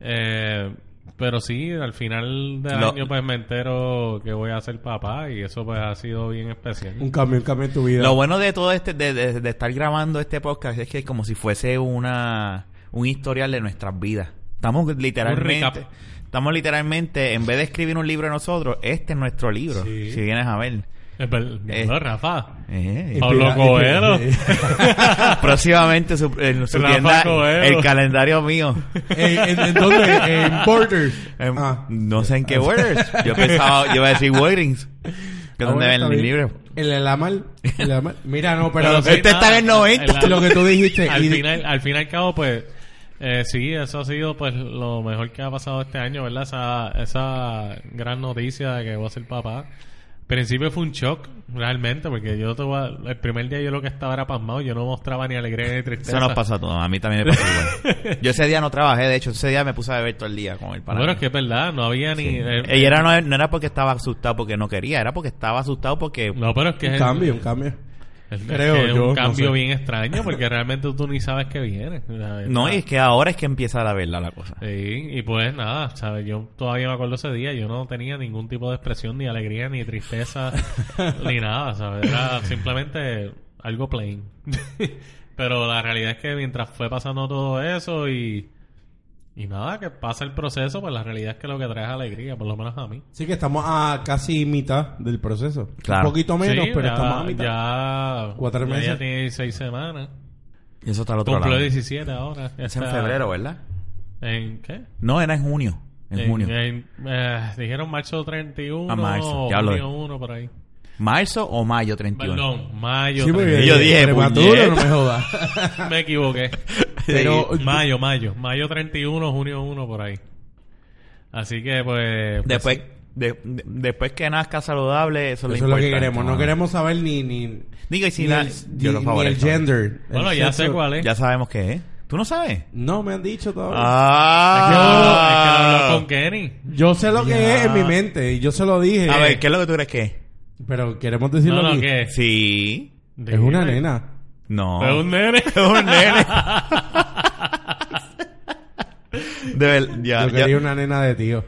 Speaker 2: Eh, pero sí, al final del
Speaker 1: Lo-
Speaker 2: año pues me entero que voy a ser papá y eso pues ha sido bien especial.
Speaker 3: Un cambio, un cambio en tu vida.
Speaker 1: Lo bueno de todo este, de, de- de estar grabando este podcast es que es como si fuese una un historial de nuestras vidas. Estamos
Speaker 2: recap.
Speaker 1: literalmente, estamos literalmente, en vez de escribir un libro de nosotros, este es nuestro libro,
Speaker 3: Sí.
Speaker 1: si vienes a ver.
Speaker 2: Es verdad,
Speaker 1: Eh.
Speaker 2: no, Rafa.
Speaker 1: Eh,
Speaker 2: Pablo
Speaker 3: Inspira-
Speaker 2: Coelho.
Speaker 1: próximamente su, en su
Speaker 2: Rafa
Speaker 1: tienda,
Speaker 2: Coelho.
Speaker 1: el calendario mío.
Speaker 3: Eh, ¿En, en, en dónde? En Borders.
Speaker 1: Em,
Speaker 3: Ah.
Speaker 1: No sé en qué Worders. Yo pensaba, yo iba a decir Wordings. Que
Speaker 3: Ah,
Speaker 1: donde
Speaker 3: bueno, está
Speaker 1: venden
Speaker 3: bien.
Speaker 1: libros.
Speaker 3: El Elamal. El Elamal. Mira, no, pero...
Speaker 2: Pero
Speaker 3: lo que-
Speaker 1: Este está en el 90.
Speaker 2: nada,
Speaker 3: Lo que tú dijiste,
Speaker 2: Al
Speaker 3: y-
Speaker 2: final, al fin y al cabo, pues, eh, sí, eso ha sido pues lo mejor que ha pasado este año, ¿verdad? Esa, esa gran noticia de que voy a ser papá. Al principio fue un shock, realmente, porque yo te voy a- el primer día yo lo que estaba era pasmado, yo no mostraba ni alegría ni tristeza.
Speaker 1: Eso nos pasa a todos. A mí también me pasó igual. Yo ese día no trabajé. De hecho, ese día me puse a beber todo el día con el pana.
Speaker 2: Bueno, es que es verdad, no había ni... eh,
Speaker 1: Ella era, no, no era porque estaba asustado porque no quería. Era porque estaba asustado porque...
Speaker 2: no, pero es que
Speaker 3: Un
Speaker 2: es-
Speaker 3: cambio, un cambio.
Speaker 2: es, es
Speaker 3: creo
Speaker 2: que es
Speaker 3: yo,
Speaker 2: un
Speaker 3: no
Speaker 2: cambio
Speaker 3: sé.
Speaker 2: bien extraño, porque realmente tú ni sabes que viene. la verdad.
Speaker 1: No, y es que ahora es que empieza la verdad la cosa.
Speaker 2: Sí, y pues nada, ¿sabes? Yo todavía me acuerdo ese día, yo no tenía ningún tipo de expresión, ni alegría, ni tristeza, ni nada, ¿sabes? Era simplemente algo plain. Pero la realidad es que mientras fue pasando todo eso y, y nada, que pasa el proceso, pues la realidad es que lo que trae es alegría, por lo menos a mí.
Speaker 3: Así que estamos a casi mitad del proceso.
Speaker 1: Claro.
Speaker 3: Un poquito menos,
Speaker 2: Sí,
Speaker 3: pero
Speaker 2: ya,
Speaker 3: estamos a mitad.
Speaker 2: Ya, ya
Speaker 3: Cuatro meses.
Speaker 2: ella tiene 16 semanas.
Speaker 1: Y eso está al otro
Speaker 2: Cumplió
Speaker 1: lado.
Speaker 2: 17 ahora.
Speaker 1: Es en
Speaker 2: Está-
Speaker 1: febrero, ¿verdad?
Speaker 2: ¿En qué?
Speaker 1: No, era en junio. En junio.
Speaker 2: en- eh, dijeron marzo 31
Speaker 1: Ah, marzo,
Speaker 2: o
Speaker 1: ya hablo de-
Speaker 2: junio 1 por ahí.
Speaker 1: ¿Marzo o mayo 31?
Speaker 2: Perdón, mayo
Speaker 3: Sí,
Speaker 2: 31.
Speaker 3: porque
Speaker 1: Yo dije,
Speaker 3: prematuro,
Speaker 1: puñeta.
Speaker 3: no me jodas.
Speaker 2: Me equivoqué.
Speaker 3: Pero-
Speaker 2: mayo, mayo. Mayo 31, junio 1 por ahí. Así que pues... pues,
Speaker 1: Después, de- de- después que nazca saludable, eso,
Speaker 3: Eso es
Speaker 1: es
Speaker 3: lo que
Speaker 1: importante,
Speaker 3: queremos. No
Speaker 1: mano.
Speaker 3: queremos saber ni, ni,
Speaker 1: Digo, y si
Speaker 3: ni
Speaker 1: la-
Speaker 3: el,
Speaker 1: yo
Speaker 3: ni-
Speaker 1: lo
Speaker 3: ni
Speaker 1: favorezco.
Speaker 3: el gender.
Speaker 2: Bueno,
Speaker 3: el
Speaker 2: ya
Speaker 3: sexo.
Speaker 2: sé cuál es.
Speaker 1: Ya sabemos qué es. ¿Tú no sabes?
Speaker 3: No, me han dicho todavía.
Speaker 2: Es que no hablo- es que no
Speaker 1: Ah.
Speaker 2: hablo con Kenny.
Speaker 3: Yo sé lo que
Speaker 1: Ya.
Speaker 3: es en mi mente y yo se lo dije.
Speaker 1: A ver, ¿qué es lo que tú crees que es?
Speaker 3: Pero queremos
Speaker 2: No,
Speaker 3: decirlo
Speaker 2: no,
Speaker 3: aquí.
Speaker 2: ¿qué?
Speaker 1: Sí.
Speaker 3: Es una
Speaker 2: Dime.
Speaker 3: nena.
Speaker 1: No.
Speaker 2: Es un nene.
Speaker 1: Es un nene. De ver, ya,
Speaker 3: yo
Speaker 1: ya.
Speaker 3: quería una nena de tío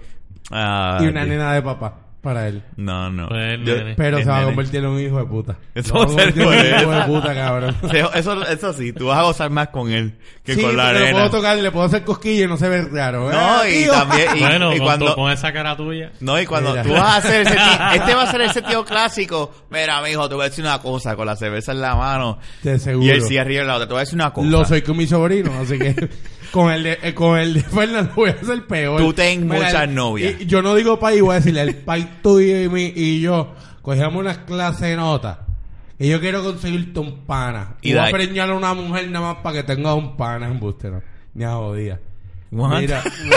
Speaker 1: Ah,
Speaker 3: y una
Speaker 1: sí.
Speaker 3: nena de papá para él.
Speaker 1: No, no.
Speaker 2: Pues,
Speaker 1: Yo-
Speaker 2: nene.
Speaker 3: Pero
Speaker 1: Es
Speaker 3: se va a
Speaker 1: nene.
Speaker 3: convertir en un hijo de puta.
Speaker 1: Eso
Speaker 3: Se va a
Speaker 1: va a ser
Speaker 3: convertir en un
Speaker 1: por
Speaker 3: hijo de
Speaker 1: eso.
Speaker 3: puta, cabrón.
Speaker 1: Se- Eso, eso sí, tú vas a gozar más con él que
Speaker 3: Sí,
Speaker 1: con la
Speaker 3: porque lo
Speaker 1: nena.
Speaker 3: puedo tocar, le puedo hacer cosquillas y no se ve raro.
Speaker 1: No,
Speaker 3: ¡Eh,
Speaker 1: y
Speaker 3: tío!
Speaker 1: también. Y,
Speaker 2: bueno,
Speaker 1: y
Speaker 2: con,
Speaker 1: cuando,
Speaker 2: tu- con esa cara tuya.
Speaker 1: No, y cuando
Speaker 3: Mira.
Speaker 1: tú vas a hacer ese tío, este va a ser ese tío clásico. Mira, mijo, te voy a decir una cosa, con la cerveza en la mano
Speaker 3: Te
Speaker 1: y
Speaker 3: seguro.
Speaker 1: el cigarrillo en la otra, te voy a decir una cosa.
Speaker 3: Lo soy con mi sobrino, así que con el de, eh, con el de Fernando voy a ser peor.
Speaker 1: Tú ten muchas
Speaker 3: el-
Speaker 1: novias.
Speaker 3: y- yo no digo país, voy a decirle, el país tuyo y, mi, y yo cogíamos unas clases de notas. Y yo quiero conseguirte un pana.
Speaker 1: Y
Speaker 3: Y voy
Speaker 1: da-
Speaker 3: a preñar a una mujer nada más para que tenga un pana en bustero. Ni a jodida.
Speaker 1: What?
Speaker 3: Mira, este,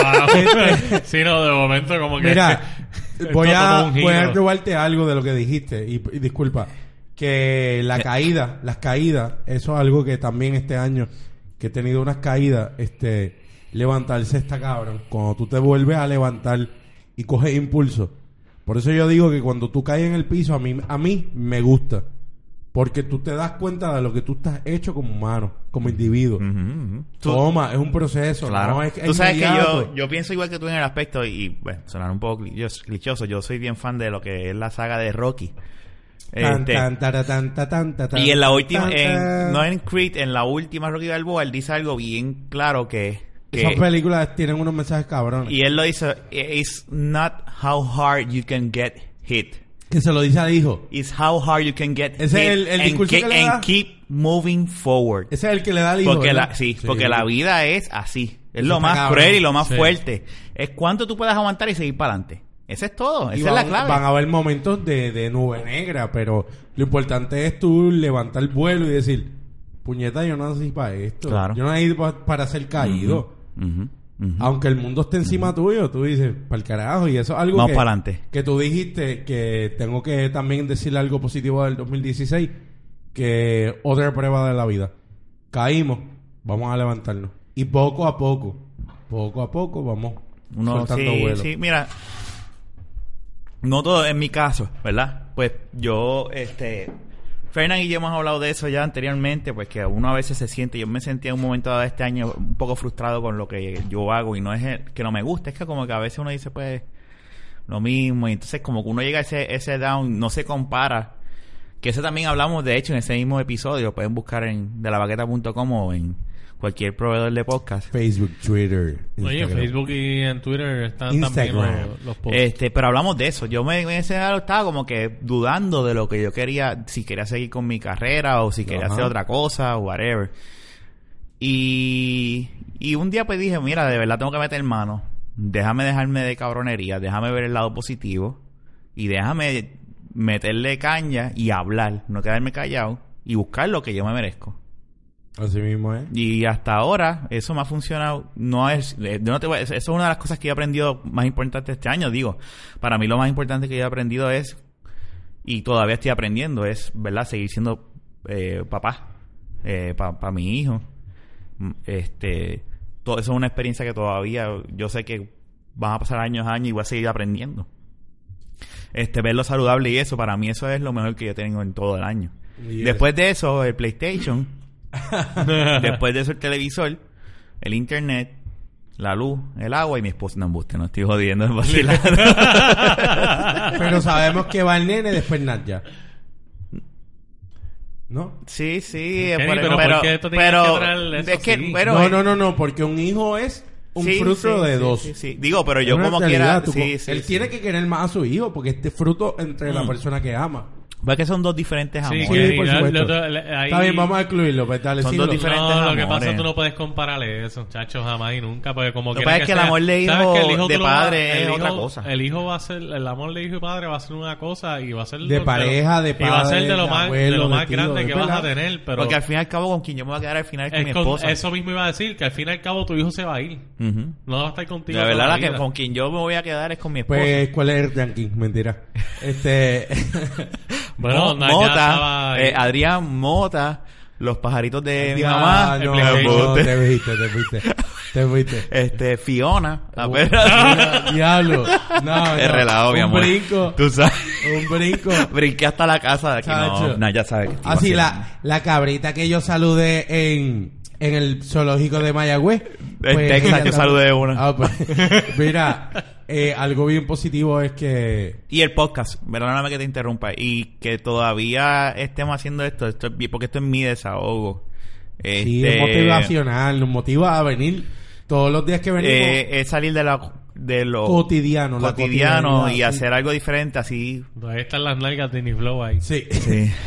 Speaker 2: Wow. sí, no, de momento como que...
Speaker 3: Mira,
Speaker 2: Esto
Speaker 3: voy
Speaker 2: tomó
Speaker 3: a,
Speaker 2: un
Speaker 3: voy a
Speaker 2: giro.
Speaker 3: robarte algo de lo que dijiste. Y, y disculpa. Que la caída, las caídas, eso es algo que también este año, que he tenido unas caídas, este, levantarse está cabrón. Cuando tú te vuelves a levantar y coges impulso. Por eso yo digo que cuando tú caes en el piso, a mí, a mí me gusta. Porque tú te das cuenta de lo que tú estás hecho como humano, como individuo.
Speaker 1: Ujú, ujú. Tú-
Speaker 3: Toma, es un proceso.
Speaker 1: Mm. Claro.
Speaker 3: no es- es
Speaker 1: Tú sabes que
Speaker 3: inmediato.
Speaker 1: yo, yo pienso igual que tú en el aspecto, y bueno, sonar un poco cli- yo- clichoso. Yo soy bien fan de lo que es la saga de Rocky.
Speaker 3: Tan,
Speaker 1: Este,
Speaker 3: tan, tara, tan, ta, tan, ta, tan,
Speaker 1: y en la última,
Speaker 3: tan,
Speaker 1: en,
Speaker 3: tan.
Speaker 1: no en Creed, en la última Rocky Balboa, él dice algo bien claro que. que-
Speaker 3: Esas películas tienen unos mensajes cabrones.
Speaker 1: y él lo dice: It's not how hard you can get hit.
Speaker 3: que se lo dice al hijo.
Speaker 1: is how hard you can get
Speaker 3: Ese
Speaker 1: hit
Speaker 3: es el- el
Speaker 1: and,
Speaker 3: discurso
Speaker 1: ke-
Speaker 3: que le
Speaker 1: and
Speaker 3: da.
Speaker 1: keep moving forward.
Speaker 3: Ese es el que le da al hijo.
Speaker 1: porque
Speaker 3: ¿verdad?
Speaker 1: la, sí, porque la vida es así. Es
Speaker 3: Eso
Speaker 1: lo
Speaker 3: está
Speaker 1: más
Speaker 3: cabrón.
Speaker 1: cruel y lo más
Speaker 2: Sí.
Speaker 1: fuerte. Es cuánto tú puedas aguantar y seguir para adelante. Ese es todo.
Speaker 3: Y
Speaker 1: Esa
Speaker 3: van,
Speaker 1: es la clave.
Speaker 3: Van a haber momentos de, de nube negra, pero lo importante es tú levantar el vuelo y decir, puñeta, yo no nací para esto.
Speaker 1: Claro.
Speaker 3: Yo no nací pa- para ser caído.
Speaker 1: Ujú, ujú.
Speaker 3: Aunque el mundo esté encima tuyo, tú dices, para el carajo. Y eso es algo
Speaker 1: Vamos
Speaker 3: que,
Speaker 1: pa'lante.
Speaker 3: que tú dijiste que tengo que también decirle algo positivo del 2016, que otra prueba de la vida. Caímos, vamos a levantarnos. Y poco a poco, poco a poco vamos
Speaker 1: Uno,
Speaker 3: soltando
Speaker 1: sí,
Speaker 3: vuelo.
Speaker 1: sí, mira. No todo en mi caso, ¿verdad? Pues yo, este. Fernan y yo hemos hablado de eso ya anteriormente, pues que uno a veces se siente, yo me sentía en un momento dado este año un poco frustrado con lo que yo hago y no es el- que no me gusta, es que como que a veces uno dice pues lo mismo y entonces como que uno llega a ese, ese down, no se compara Que eso también hablamos, de hecho, en ese mismo episodio. Pueden buscar en delabaqueta.com o en cualquier proveedor de podcast.
Speaker 3: Facebook, Twitter.
Speaker 2: Oye, en
Speaker 3: Instagram.
Speaker 2: Facebook y en Twitter están
Speaker 3: Instagram.
Speaker 2: también los, los posts.
Speaker 1: Este, pero hablamos de eso. Yo me, en ese lado estaba como que dudando de lo que yo quería, si quería seguir con mi carrera o si quería
Speaker 3: Ajá.
Speaker 1: hacer otra cosa o whatever. Y, y un día pues dije, mira, de verdad tengo que meter mano. Déjame dejarme de cabronería, déjame ver el lado positivo y déjame meterle caña y hablar, no quedarme callado y buscar lo que yo me merezco.
Speaker 3: Así mismo es.
Speaker 1: Y hasta ahora eso me ha funcionado. No es, eh, yo no te voy a- eso es una de las cosas que yo he aprendido más importantes este año. Digo, para mí lo más importante que yo he aprendido es, y todavía estoy aprendiendo, es, ¿verdad? Seguir siendo eh, papá para mi hijo. Mm, Este, todo eso es una experiencia que todavía yo sé que van a pasar años, años y voy a seguir aprendiendo. Este, verlo saludable y eso, para mí eso es lo mejor que yo tengo en todo el año.
Speaker 3: Yes.
Speaker 1: Después de eso, el PlayStation. Después de eso el televisor, el internet, la luz, el agua y mi esposa. No, embuste, no estoy jodiendo, es vacilando.
Speaker 3: Pero sabemos que va el nene después Nadia. ¿No?
Speaker 1: sí, sí,
Speaker 2: Kenny,
Speaker 1: por-
Speaker 2: pero
Speaker 1: pero,
Speaker 2: ¿por qué tú tienes
Speaker 1: pero-
Speaker 2: que traer eso
Speaker 1: es que,
Speaker 2: así?
Speaker 1: pero-
Speaker 3: no, no, no, no, porque un hijo es un
Speaker 1: sí,
Speaker 3: fruto
Speaker 1: sí,
Speaker 3: de
Speaker 1: sí,
Speaker 3: dos.
Speaker 1: sí, sí. Digo, pero yo
Speaker 3: Es una
Speaker 1: como
Speaker 3: realidad,
Speaker 1: quiera,
Speaker 3: tú
Speaker 1: sí,
Speaker 3: co-
Speaker 1: sí,
Speaker 3: él
Speaker 1: sí.
Speaker 3: tiene que querer más a su hijo porque este fruto entre la
Speaker 1: Mm.
Speaker 3: persona que ama.
Speaker 1: Ves que son dos diferentes
Speaker 2: Sí,
Speaker 1: amores.
Speaker 3: Sí,
Speaker 2: que-
Speaker 3: por
Speaker 2: la-
Speaker 3: supuesto.
Speaker 2: la- la- la- ahí-
Speaker 3: Está bien, vamos a incluirlo, pues, dale,
Speaker 1: Son
Speaker 3: sí,
Speaker 1: dos
Speaker 3: lo-
Speaker 1: diferentes-
Speaker 2: No, lo que
Speaker 1: amores.
Speaker 2: pasa es que tú no puedes compararle eso, chacho, jamás y nunca, porque como
Speaker 1: eh. Lo que
Speaker 2: quiera
Speaker 1: pasa es que el
Speaker 2: sea,
Speaker 1: amor de
Speaker 2: sabes
Speaker 1: hijo-
Speaker 2: que
Speaker 1: de
Speaker 2: tú lo vas-
Speaker 1: padre
Speaker 2: el
Speaker 1: es otra
Speaker 2: hijo-
Speaker 1: cosa.
Speaker 2: El hijo va a ser, el amor de hijo y padre va a ser una cosa y va a ser
Speaker 3: De
Speaker 2: lo- lo-
Speaker 3: pareja, de
Speaker 2: y va a ser de
Speaker 3: padre,
Speaker 2: lo
Speaker 3: de
Speaker 2: más, de
Speaker 3: abuelo,
Speaker 2: lo
Speaker 3: de
Speaker 2: más
Speaker 3: tío,
Speaker 2: grande
Speaker 3: de
Speaker 2: que vas a
Speaker 3: pelado.
Speaker 2: tener, pero
Speaker 1: Porque al fin y al cabo con quien yo me voy a quedar al final es con
Speaker 2: es
Speaker 1: mi
Speaker 2: con-
Speaker 1: esposa.
Speaker 2: eso mismo iba a decir, que al fin y al cabo tu hijo se va a ir,
Speaker 1: Ujú.
Speaker 2: no va a estar contigo.
Speaker 1: La verdad,
Speaker 2: toda
Speaker 1: la que
Speaker 2: vida.
Speaker 1: con quien yo me voy a quedar es con mi esposa.
Speaker 3: Pues, ¿cuál es el ranking? Mentira. Este.
Speaker 2: bueno,
Speaker 1: Mo-
Speaker 2: no, ya estaba
Speaker 1: Mota,
Speaker 2: ahí.
Speaker 1: eh, Adrián Mota, los pajaritos de mi
Speaker 3: Ya,
Speaker 1: mamá,
Speaker 3: eh, no,
Speaker 2: el
Speaker 3: no,
Speaker 1: embuste.
Speaker 3: te fuiste, te fuiste. Te fuiste.
Speaker 1: este Fiona, la perra.
Speaker 3: Mira, Diablo. No, no.
Speaker 1: Es relajo, mi
Speaker 3: Un
Speaker 1: amor.
Speaker 3: brinco.
Speaker 1: Tú sabes.
Speaker 3: Un brinco.
Speaker 1: Brinqué hasta la casa de aquí. No,
Speaker 3: Chacho.
Speaker 1: no, ya sabes que estoy
Speaker 3: Así
Speaker 1: vacilando.
Speaker 3: Ah, la, la cabrita que yo saludé en, en el zoológico de Mayagüez. pues,
Speaker 1: Texas,
Speaker 3: ella
Speaker 1: yo
Speaker 3: también-
Speaker 1: saludé una.
Speaker 3: Ah, pues, mira, eh, algo bien positivo es que
Speaker 1: Y el podcast, perdóname que te interrumpa. Y que todavía estemos haciendo esto, esto es- porque esto es mi desahogo. Este,
Speaker 3: sí, es motivacional, nos motiva a venir todos los días que venimos.
Speaker 1: eh, es salir de, la, de lo
Speaker 3: Cotidiano, la
Speaker 1: cotidiano y
Speaker 3: cotidianidad, sí.
Speaker 1: hacer algo diferente así.
Speaker 2: Ahí están las nalgas de Niflow ahí.
Speaker 3: sí.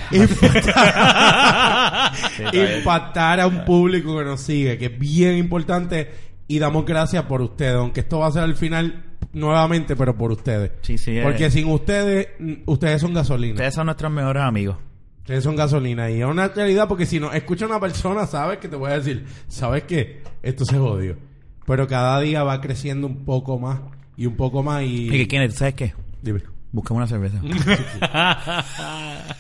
Speaker 1: Sí.
Speaker 3: Impactar,
Speaker 1: está bien.
Speaker 3: impactar a un público que nos sigue, que es bien importante. Y damos gracias por ustedes, aunque esto va a ser al final nuevamente, pero por ustedes.
Speaker 1: Sí, sí, eh.
Speaker 3: Porque sin ustedes, mm, ustedes son gasolina.
Speaker 1: Ustedes son nuestros mejores amigos.
Speaker 3: Ustedes son gasolina y es una realidad porque si no escucha una persona, sabes que te voy a decir, sabes que esto se jodió. Pero cada día va creciendo un poco más y un poco más y...
Speaker 1: Y que quién es? ¿Tú sabes qué?
Speaker 3: Dime.
Speaker 1: Busquemos una cerveza.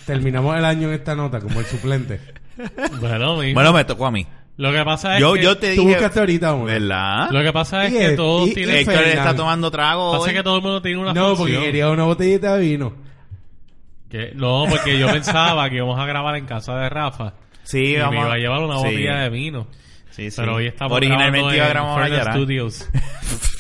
Speaker 3: Terminamos el año en esta nota como el suplente.
Speaker 2: bueno, mi-
Speaker 1: bueno, me tocó a mí.
Speaker 2: lo que pasa es
Speaker 1: Yo,
Speaker 2: que
Speaker 1: yo te
Speaker 3: Tú
Speaker 1: dije.
Speaker 3: buscaste ahorita una.
Speaker 1: ¿Verdad?
Speaker 2: lo que pasa es
Speaker 3: Y
Speaker 2: que
Speaker 3: el-
Speaker 2: todos
Speaker 3: y-
Speaker 2: tienen
Speaker 3: y-
Speaker 1: Héctor está
Speaker 3: Fernan.
Speaker 1: tomando trago.
Speaker 2: pasa
Speaker 1: hoy.
Speaker 2: que todo el mundo tiene una
Speaker 3: No, porque
Speaker 2: función.
Speaker 3: quería una botellita de vino.
Speaker 2: Que- No, porque yo pensaba que íbamos a grabar en casa de Rafa.
Speaker 1: Sí,
Speaker 2: Y me
Speaker 1: vamos.
Speaker 2: iba a llevar una
Speaker 1: sí.
Speaker 2: botella de vino.
Speaker 1: Sí, sí.
Speaker 2: Pero hoy estamos grabando
Speaker 1: Originalmente iba a
Speaker 2: en
Speaker 1: grabar
Speaker 2: Furnace
Speaker 1: allá.
Speaker 2: Studios.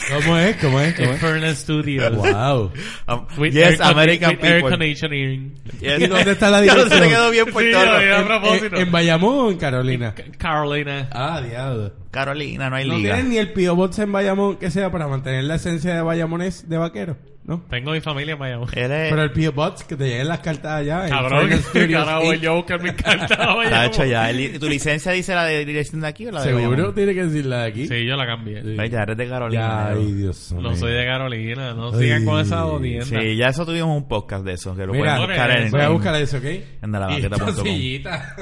Speaker 3: ¿Cómo es? ¿Cómo es? ¿Cómo
Speaker 2: en
Speaker 3: es?
Speaker 2: Furnace Studios.
Speaker 3: wow.
Speaker 1: Um,
Speaker 2: With air
Speaker 1: yes,
Speaker 2: condi-
Speaker 1: American
Speaker 2: with air
Speaker 1: people.
Speaker 2: conditioning.
Speaker 1: Yes.
Speaker 3: ¿Y dónde está la
Speaker 1: Ya no se
Speaker 3: dirección?
Speaker 1: le quedó bien por
Speaker 2: Sí,
Speaker 1: todo.
Speaker 2: ya, ya. A
Speaker 3: En-
Speaker 2: propósito.
Speaker 3: en, en Bayamón o en Carolina?
Speaker 2: C- Carolina.
Speaker 3: Ah, diablo.
Speaker 1: Carolina, no hay
Speaker 3: No
Speaker 1: liga.
Speaker 3: tienen ni el Pio Box en Bayamón que sea para mantener la esencia de Bayamones de vaquero, ¿no?
Speaker 2: Tengo mi familia en Miami.
Speaker 1: Él es.
Speaker 3: Pero el Pio Box, que te lleguen las cartas allá. en
Speaker 2: Cabrón,
Speaker 3: Furnace
Speaker 2: que
Speaker 3: Studios,
Speaker 2: carajo
Speaker 3: Inc.
Speaker 2: yo a buscar mi carta a Miami.
Speaker 1: Está hecho ya. El- ¿Tu licencia dice la de dirección de aquí o la de
Speaker 3: Seguro
Speaker 1: Bayamón?
Speaker 3: tiene que decir la de aquí.
Speaker 2: Sí, yo la cambié.
Speaker 3: Sí.
Speaker 1: Ay, ya eres de
Speaker 3: Ya,
Speaker 1: Carolina.
Speaker 3: ay, Dios mío.
Speaker 2: No soy de Carolina. No sigan con esa
Speaker 3: Ay.
Speaker 2: odienda.
Speaker 1: Sí, ya eso tuvimos un podcast de eso. Que lo
Speaker 3: Mira,
Speaker 1: pueden buscar en.
Speaker 3: voy a
Speaker 1: en-
Speaker 3: buscar eso, ¿ok?
Speaker 1: en dalabaqueta.com.
Speaker 3: Esta sillita.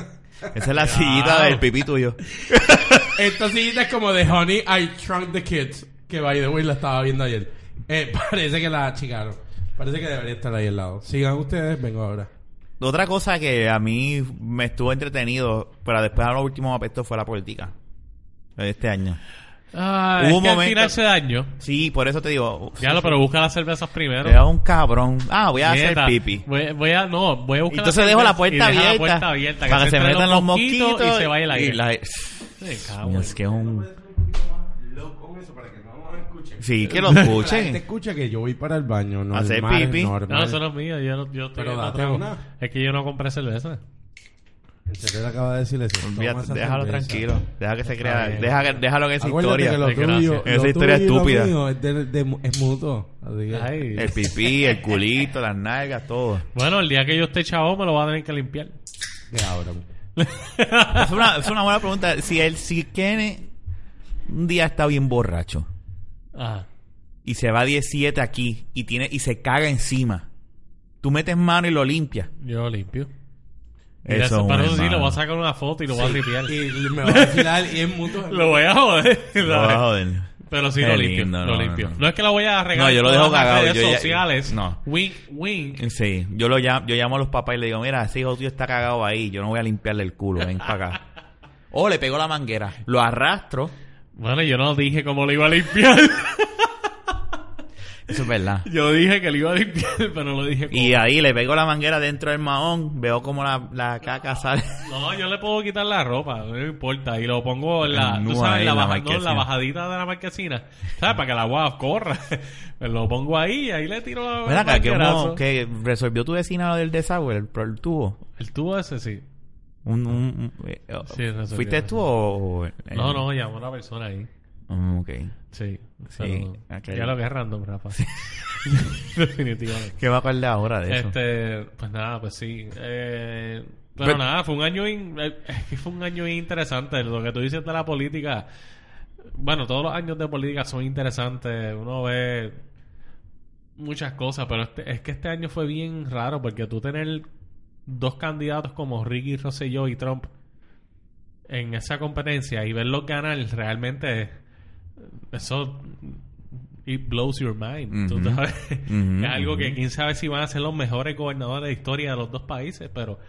Speaker 1: Esa es la sillita del pipí tuyo.
Speaker 3: Esta sillita es como de Honey, I Shrunk the Kids. Que by the way la estaba viendo ayer. Eh, parece que la achicaron. Parece que debería estar ahí al lado. Sigan ustedes, vengo ahora.
Speaker 1: Otra cosa que a mí me estuvo entretenido, pero después a los últimos aspectos fue la política. Este año.
Speaker 2: Ah,
Speaker 1: Hubo
Speaker 2: es
Speaker 1: un
Speaker 2: que al
Speaker 1: momento-
Speaker 2: final se dañó.
Speaker 1: Sí, por eso te digo.
Speaker 2: Ya lo, pero busca las cervezas primero.
Speaker 1: Era un cabrón. Ah, voy a
Speaker 2: Nieta,
Speaker 1: hacer pipi.
Speaker 2: Voy, voy a, no, voy a buscar
Speaker 1: Entonces
Speaker 2: la
Speaker 1: dejo la
Speaker 2: cerveza
Speaker 1: puerta,
Speaker 2: y deja
Speaker 1: abierta,
Speaker 2: la puerta abierta.
Speaker 1: para que se
Speaker 2: entren
Speaker 1: metan los mosquitos,
Speaker 2: y se vaya Ah, el
Speaker 1: y
Speaker 2: aire.
Speaker 1: la-
Speaker 2: Sí,
Speaker 1: Dios,
Speaker 2: cabrón.
Speaker 1: es que es un...
Speaker 3: Con eso para que no escuchen escuchen.
Speaker 1: Sí, que lo
Speaker 3: La gente
Speaker 1: escuchen.
Speaker 3: escucha que yo voy para el baño. Normal,
Speaker 1: Hacer pipí.
Speaker 3: normal.
Speaker 2: No, eso no es mío. Yo, no- yo estoy
Speaker 3: Pero
Speaker 2: en
Speaker 3: date
Speaker 2: otro-
Speaker 3: una.
Speaker 2: Es que yo no compré cerveza.
Speaker 3: El cerebro acaba de decirle eso.
Speaker 1: Olvídate,
Speaker 3: Toma esa
Speaker 1: déjalo
Speaker 3: cerveza.
Speaker 1: tranquilo. Deja que se crea.
Speaker 3: bien.
Speaker 1: Deja, que- déjalo en esa
Speaker 3: Acuérdate
Speaker 1: historia.
Speaker 3: que lo
Speaker 2: desgracia.
Speaker 3: tuyo,
Speaker 1: Esa
Speaker 3: lo
Speaker 1: historia
Speaker 3: tuyo y lo
Speaker 1: estúpida.
Speaker 3: mío es, de- de- es mutuo. Así que,
Speaker 2: Ay.
Speaker 1: El pipí, el culito, las nalgas, todo.
Speaker 2: Bueno, el día que yo esté chavo me lo va a tener que limpiar.
Speaker 3: cabrón.
Speaker 1: Es una, es una buena pregunta. Si el si Kenny un día está bien borracho
Speaker 2: Ah.
Speaker 1: y se va 17 aquí y tiene y se caga encima, tú metes mano y lo limpias.
Speaker 2: Yo lo limpio.
Speaker 1: Eso
Speaker 2: Mira,
Speaker 1: es un
Speaker 2: para eso sí,
Speaker 1: hermano.
Speaker 2: lo voy a sacar una foto y lo voy a limpiar.
Speaker 3: Y me va a decir al- y es mutuo.
Speaker 2: Lo voy a joder.
Speaker 1: Lo vas a joder.
Speaker 2: Pero sí
Speaker 1: Qué
Speaker 2: lo limpio.
Speaker 1: lindo,
Speaker 2: lo
Speaker 1: no,
Speaker 2: limpio.
Speaker 1: no,
Speaker 2: No,
Speaker 1: no.
Speaker 2: es que lo voy a regalar.
Speaker 1: No, yo lo
Speaker 2: en
Speaker 1: dejo
Speaker 2: todas las
Speaker 1: cagado,
Speaker 2: redes
Speaker 1: yo ya-
Speaker 2: sociales.
Speaker 1: no.
Speaker 2: Wink, wink.
Speaker 1: Sí, yo lo llamo, yo llamo a los papás y le digo, mira, ese hijo tuyo está cagado ahí, yo no voy a limpiarle el culo, ven para acá. O le pegó la manguera, lo arrastro,
Speaker 2: Bueno, yo no dije cómo lo iba a limpiar.
Speaker 1: eso es verdad.
Speaker 2: yo dije que lo iba a limpiar, pero no lo dije cómo.
Speaker 1: Y ahí le pego la manguera dentro del mahón, veo como la, la caca sale.
Speaker 2: No, yo le puedo quitar la ropa, no me importa. Y lo pongo en la,
Speaker 1: Desnuda
Speaker 2: tú sabes,
Speaker 1: ahí
Speaker 2: la,
Speaker 1: en la
Speaker 2: baja- no,
Speaker 1: marquesina.
Speaker 2: la bajadita de la marquesina. ¿Sabes? Para que el agua corra. Pues lo pongo ahí y ahí le tiro la
Speaker 1: Mira
Speaker 2: el
Speaker 1: acá, que, uno-
Speaker 2: manguerazo.
Speaker 1: que resolvió tu vecina lo del desagüe, el, el tubo.
Speaker 2: El tubo ese sí.
Speaker 1: Un, un- un- eh, oh,
Speaker 2: Sí, resolvió,
Speaker 1: ¿Fuiste tú
Speaker 2: resolvió.
Speaker 1: o...? o el-
Speaker 2: No, no, llamó una persona ahí.
Speaker 1: Mm, ok.
Speaker 2: Sí.
Speaker 1: Sí,
Speaker 2: pero
Speaker 1: ok.
Speaker 2: Ya lo que es random, Rafa. Definitivamente.
Speaker 1: ¿Qué me acordé ahora de eso?
Speaker 2: Este, pues nada, pues sí. Eh, pero,
Speaker 1: Pero-
Speaker 2: nada, fue un año in- eh, es que fue un año interesante. Lo que tú dices de la política, bueno, todos los años de política son interesantes. Uno ve muchas cosas, pero este- es que este año fue bien raro porque tú tener dos candidatos como Ricky Rosselló y Trump en esa competencia y verlos ganar realmente eh, eso it blows your mind. tú
Speaker 1: Ujú.
Speaker 2: sabes.
Speaker 1: Ujú,
Speaker 2: es algo que
Speaker 1: ujú.
Speaker 2: quién sabe si van a ser los mejores gobernadores de historia de los dos países, pero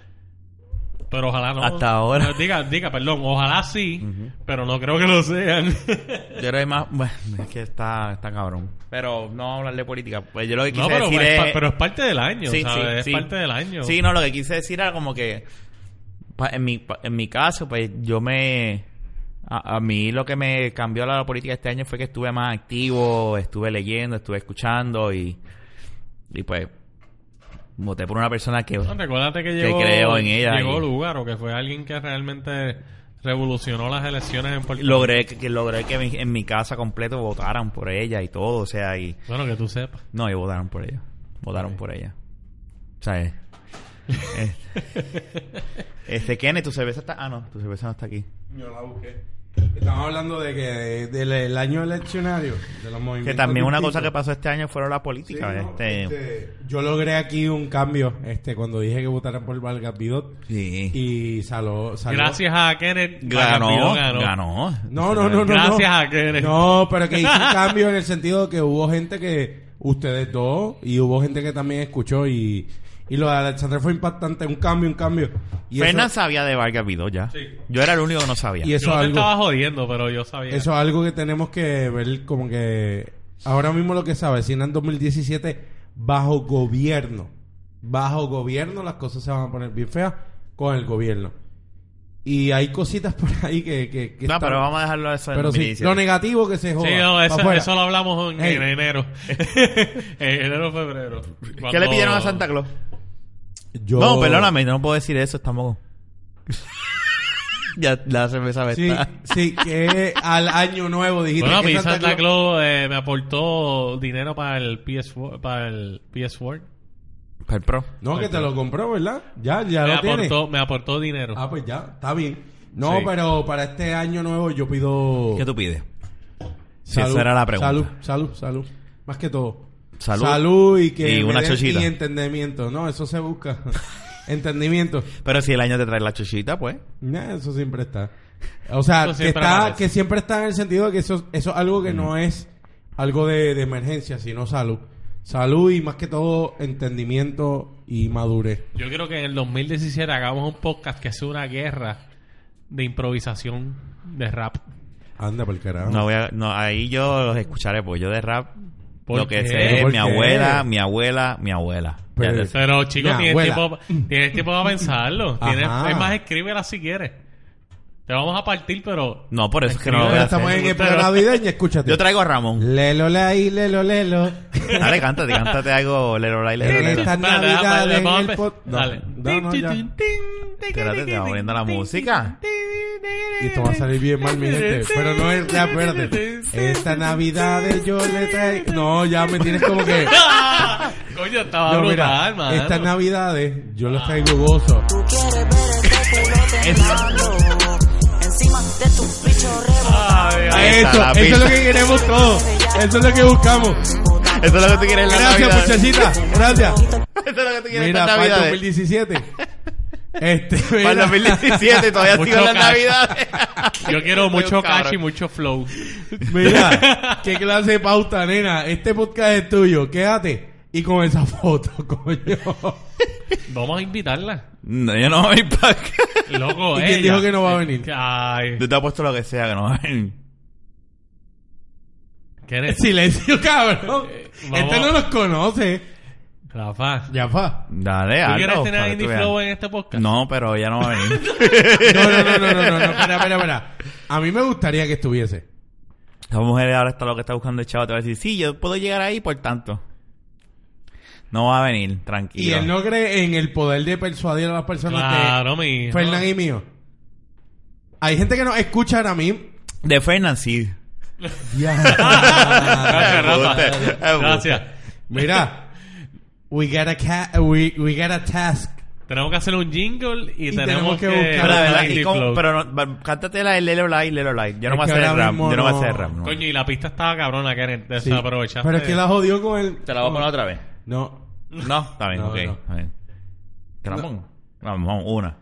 Speaker 2: pero ojalá no.
Speaker 1: Hasta ahora.
Speaker 2: No, diga, diga, perdón, ojalá sí, pero no creo que lo sean.
Speaker 1: Yo creo que más... Bueno, es que está, está cabrón. Pero no hablar de política. Pues yo lo que quise
Speaker 2: no, pero,
Speaker 1: decir
Speaker 2: es,
Speaker 1: es...
Speaker 2: pa- pero es parte del año,
Speaker 1: Sí,
Speaker 2: ¿sabes?
Speaker 1: sí,
Speaker 2: es
Speaker 1: sí.
Speaker 2: parte del año.
Speaker 1: Sí, no, lo que quise decir era como que pa- en mi, pa- en mi caso, pues yo me... A, a mí lo que me cambió la política este año fue que estuve más activo, estuve leyendo, estuve escuchando y... Y pues voté por una persona que...
Speaker 2: No, Recuérdate que
Speaker 1: Que
Speaker 2: llegó,
Speaker 1: creo en ella
Speaker 2: llegó
Speaker 1: y-
Speaker 2: Lugaro, que fue alguien que realmente revolucionó las elecciones en Puerto Rico.
Speaker 1: logré que, que logré que mi- en mi casa completo votaran por ella y todo, o sea, y
Speaker 2: Bueno, que tú sepas.
Speaker 1: no, y votaron por ella. Votaron por ella. O sea, eh, eh, este Kenneth, tu cerveza está ah no, tu cerveza no está aquí.
Speaker 3: Yo la busqué. Estamos hablando de que del del año eleccionario, de los movimientos.
Speaker 1: Que también una cosa que
Speaker 3: distintos.
Speaker 1: pasó este año fueron la
Speaker 3: Sí,
Speaker 1: política,
Speaker 3: no,
Speaker 1: este,
Speaker 3: este, yo logré aquí un cambio este cuando dije que votaran por Vargas Vidot
Speaker 1: sí.
Speaker 3: y saló, saló-
Speaker 2: Gracias a Kenneth.
Speaker 1: ganó,
Speaker 2: Camilo
Speaker 1: ganó,
Speaker 3: No, no, no, no.
Speaker 2: Gracias
Speaker 3: no.
Speaker 2: a Kenneth.
Speaker 3: No, pero que hizo un cambio en el sentido de que hubo gente que ustedes dos y hubo gente que también escuchó y y lo de Alexandre fue impactante, un cambio, un cambio. Y
Speaker 1: Fernan
Speaker 3: eso,
Speaker 1: sabía de Vargas Vidó ya.
Speaker 2: Sí.
Speaker 1: Yo era el único que no sabía.
Speaker 3: y eso
Speaker 2: yo
Speaker 3: es
Speaker 2: te
Speaker 3: algo.
Speaker 2: estaba jodiendo, pero yo sabía.
Speaker 3: Eso es algo que tenemos que ver como que ahora mismo lo que se avecina en 2017 bajo gobierno. Bajo gobierno las cosas se van a poner bien feas con el gobierno. Y hay cositas por ahí que... que, que
Speaker 1: no,
Speaker 3: están-
Speaker 1: pero vamos a dejarlo eso en
Speaker 3: pero sí,
Speaker 1: 2017.
Speaker 3: lo negativo que se joda.
Speaker 2: Sí, no,
Speaker 3: pa'
Speaker 2: eso,
Speaker 3: afuera.
Speaker 2: eso lo hablamos en,
Speaker 3: Hey.
Speaker 2: en enero. en enero, febrero.
Speaker 1: ¿Qué le
Speaker 2: Cuando-
Speaker 1: pidieron a Santa Claus?
Speaker 3: Yo-
Speaker 1: No, perdóname, no puedo decir eso, estamos. ya la cerveza
Speaker 3: Sí,
Speaker 1: está.
Speaker 3: sí, que al año nuevo dijiste
Speaker 2: Bueno,
Speaker 3: que
Speaker 2: mi
Speaker 1: pues,
Speaker 3: Santa
Speaker 2: Santa
Speaker 3: Claus-
Speaker 2: Claus eh, me aportó dinero para el PS4. Para el PS4.
Speaker 1: Para el Pues, pro.
Speaker 3: No, que te lo compró, ¿verdad? Ya, ya
Speaker 2: Me
Speaker 3: lo tienes.
Speaker 2: aportó, me aportó dinero.
Speaker 3: Ah, pues ya, está bien. No,
Speaker 2: Sí.
Speaker 3: pero para este año nuevo yo pido...
Speaker 1: ¿Qué tú pides? Si esa era la pregunta.
Speaker 3: Salud, salud, salud. Más que todo.
Speaker 1: Salud.
Speaker 3: y que
Speaker 1: Y
Speaker 3: me
Speaker 1: una
Speaker 3: den-
Speaker 1: chochita.
Speaker 3: Y entendimiento. No, eso se busca. entendimiento.
Speaker 1: Pero si el año te trae la chuchita, pues.
Speaker 3: Nah, eso siempre está. O sea,
Speaker 2: Eso
Speaker 3: que,
Speaker 2: siempre
Speaker 3: está,
Speaker 2: aparece.
Speaker 3: que siempre está en el sentido de que eso, eso es algo que no es algo de, de emergencia, sino salud. Salud y más que todo entendimiento y madurez.
Speaker 2: Yo creo que en el 2017 hagamos un podcast que sea una guerra de improvisación de rap.
Speaker 3: Anda por carajo.
Speaker 1: No voy a, no, ahí yo los escucharé, pues yo de rap.
Speaker 2: ¿Por
Speaker 1: Lo que
Speaker 2: qué?
Speaker 1: sé es
Speaker 3: ¿Por
Speaker 1: mi
Speaker 3: qué?
Speaker 1: abuela, mi abuela, mi abuela.
Speaker 3: Pero-
Speaker 1: Ya te sé.
Speaker 2: Pero chicos,
Speaker 3: Mi
Speaker 2: tienes
Speaker 3: abuela.
Speaker 2: tiempo, tienes tiempo para pensarlo. Tienes,
Speaker 3: Ajá.
Speaker 2: es más, escríbela si quieres. Te vamos a partir, pero...
Speaker 1: No, por eso es que no
Speaker 2: Escribe,
Speaker 1: lo voy a hacer.
Speaker 3: Ahora estamos en
Speaker 2: Me
Speaker 3: época
Speaker 2: gustaron.
Speaker 3: navideña, escúchate.
Speaker 1: Yo traigo a Ramón.
Speaker 3: Lelo, ahí, lelo, lelo.
Speaker 1: Dale, cántate, cántate algo. Lerolay, Lerolay.
Speaker 3: Esta
Speaker 2: Espérate, déjame-
Speaker 3: Navidad en
Speaker 2: vamos a
Speaker 3: el
Speaker 2: empe-
Speaker 3: pod- No,
Speaker 2: Dale.
Speaker 3: no, no, ya.
Speaker 1: Espérate, te vamos poniendo la música.
Speaker 3: Y esto va a salir bien mal, mi gente. Pero no es, ya, espérate. Esta Navidad yo le traigo. No, ya me tienes como que.
Speaker 2: Coño, estaba
Speaker 3: No,
Speaker 2: brutal,
Speaker 3: mira,
Speaker 2: mano.
Speaker 3: estas navidades yo les traigo gozo.
Speaker 4: Tú quieres ver este culo temblando encima de tu bicho
Speaker 2: Ah, mira.
Speaker 1: Ahí está
Speaker 3: Eso,
Speaker 1: la
Speaker 3: eso es lo
Speaker 1: pista.
Speaker 3: que queremos todos. Eso es lo que buscamos.
Speaker 4: rebotando.
Speaker 1: Eso es lo que tú Ah. quieres en la
Speaker 3: Gracias,
Speaker 1: Navidad.
Speaker 3: muchachita. Gracias.
Speaker 1: Eso es lo que tú quieres en
Speaker 3: Mira,
Speaker 1: la
Speaker 3: para el
Speaker 1: Navidad.
Speaker 3: 2017. Este,
Speaker 1: Para el
Speaker 3: mira.
Speaker 1: 2017 todavía
Speaker 2: Mucho
Speaker 1: sigo en la
Speaker 2: cash.
Speaker 1: Navidad.
Speaker 2: Yo quiero mucho cash y
Speaker 1: mucho.
Speaker 2: mucho flow.
Speaker 3: Mira, qué clase de pauta, nena. Este podcast es tuyo. Quédate. Y con esa foto, coño.
Speaker 2: Vamos a invitarla.
Speaker 1: No, yo no voy para acá.
Speaker 2: Loco,
Speaker 3: ¿Y quién
Speaker 2: ella.
Speaker 3: dijo que no va a venir?
Speaker 2: Ay,
Speaker 1: Tú te has puesto lo que sea que no va a venir.
Speaker 2: ¿qué eres?
Speaker 3: Silencio, cabrón.
Speaker 2: Eh, vamos.
Speaker 3: Este no nos conoce.
Speaker 2: Rafa.
Speaker 3: Ya va.
Speaker 1: Dale,
Speaker 2: ¿Tú
Speaker 1: hazlo,
Speaker 2: quieres tener
Speaker 1: para
Speaker 2: a
Speaker 1: que
Speaker 2: Indie
Speaker 1: tú veas.
Speaker 2: Flow en este podcast?
Speaker 1: No, pero ya no va a venir.
Speaker 3: No, no, no, no, no, no, no. Espera, espera, espera. A mí me gustaría que estuviese.
Speaker 1: Esa mujer ahora está lo que está buscando el chavo. Te va a decir, sí, yo puedo llegar ahí por tanto. No va a venir, tranquilo.
Speaker 3: Y él no cree en el poder de persuadir a las personas
Speaker 2: Claro,
Speaker 3: de
Speaker 2: mi.
Speaker 3: Fernán y mío. Hay gente que nos escucha ahora mismo.
Speaker 1: De Fernan, sí.
Speaker 2: Gracias, Rafa.
Speaker 1: Embuste, embuste.
Speaker 2: Gracias.
Speaker 3: Mira, we got a ca- we, we got a task.
Speaker 2: Tenemos que hacer un jingle y,
Speaker 3: Y
Speaker 2: tenemos
Speaker 3: tenemos que
Speaker 2: que...
Speaker 3: buscar-
Speaker 1: Pero, de verdad,
Speaker 2: Indie
Speaker 1: y como-
Speaker 2: Flow.
Speaker 1: pero no, va- cántate la de Lelo Light, Lelo Light. Yo no
Speaker 3: Es
Speaker 1: voy a
Speaker 3: que
Speaker 1: hacer el
Speaker 3: ahora
Speaker 1: rap.
Speaker 3: mismo
Speaker 1: Yo no voy a hacer
Speaker 3: no.
Speaker 1: el rap. no.
Speaker 2: Coño, y la pista estaba cabrona, Karen.
Speaker 3: Sí.
Speaker 2: Desaprovechaste.
Speaker 3: Pero es que la jodió con el.
Speaker 1: Te la voy a poner otra vez.
Speaker 3: No.
Speaker 1: No, está bien,
Speaker 3: No,
Speaker 1: ok.
Speaker 3: no.
Speaker 1: está bien. Te la pongo. Vamos, vamos, una.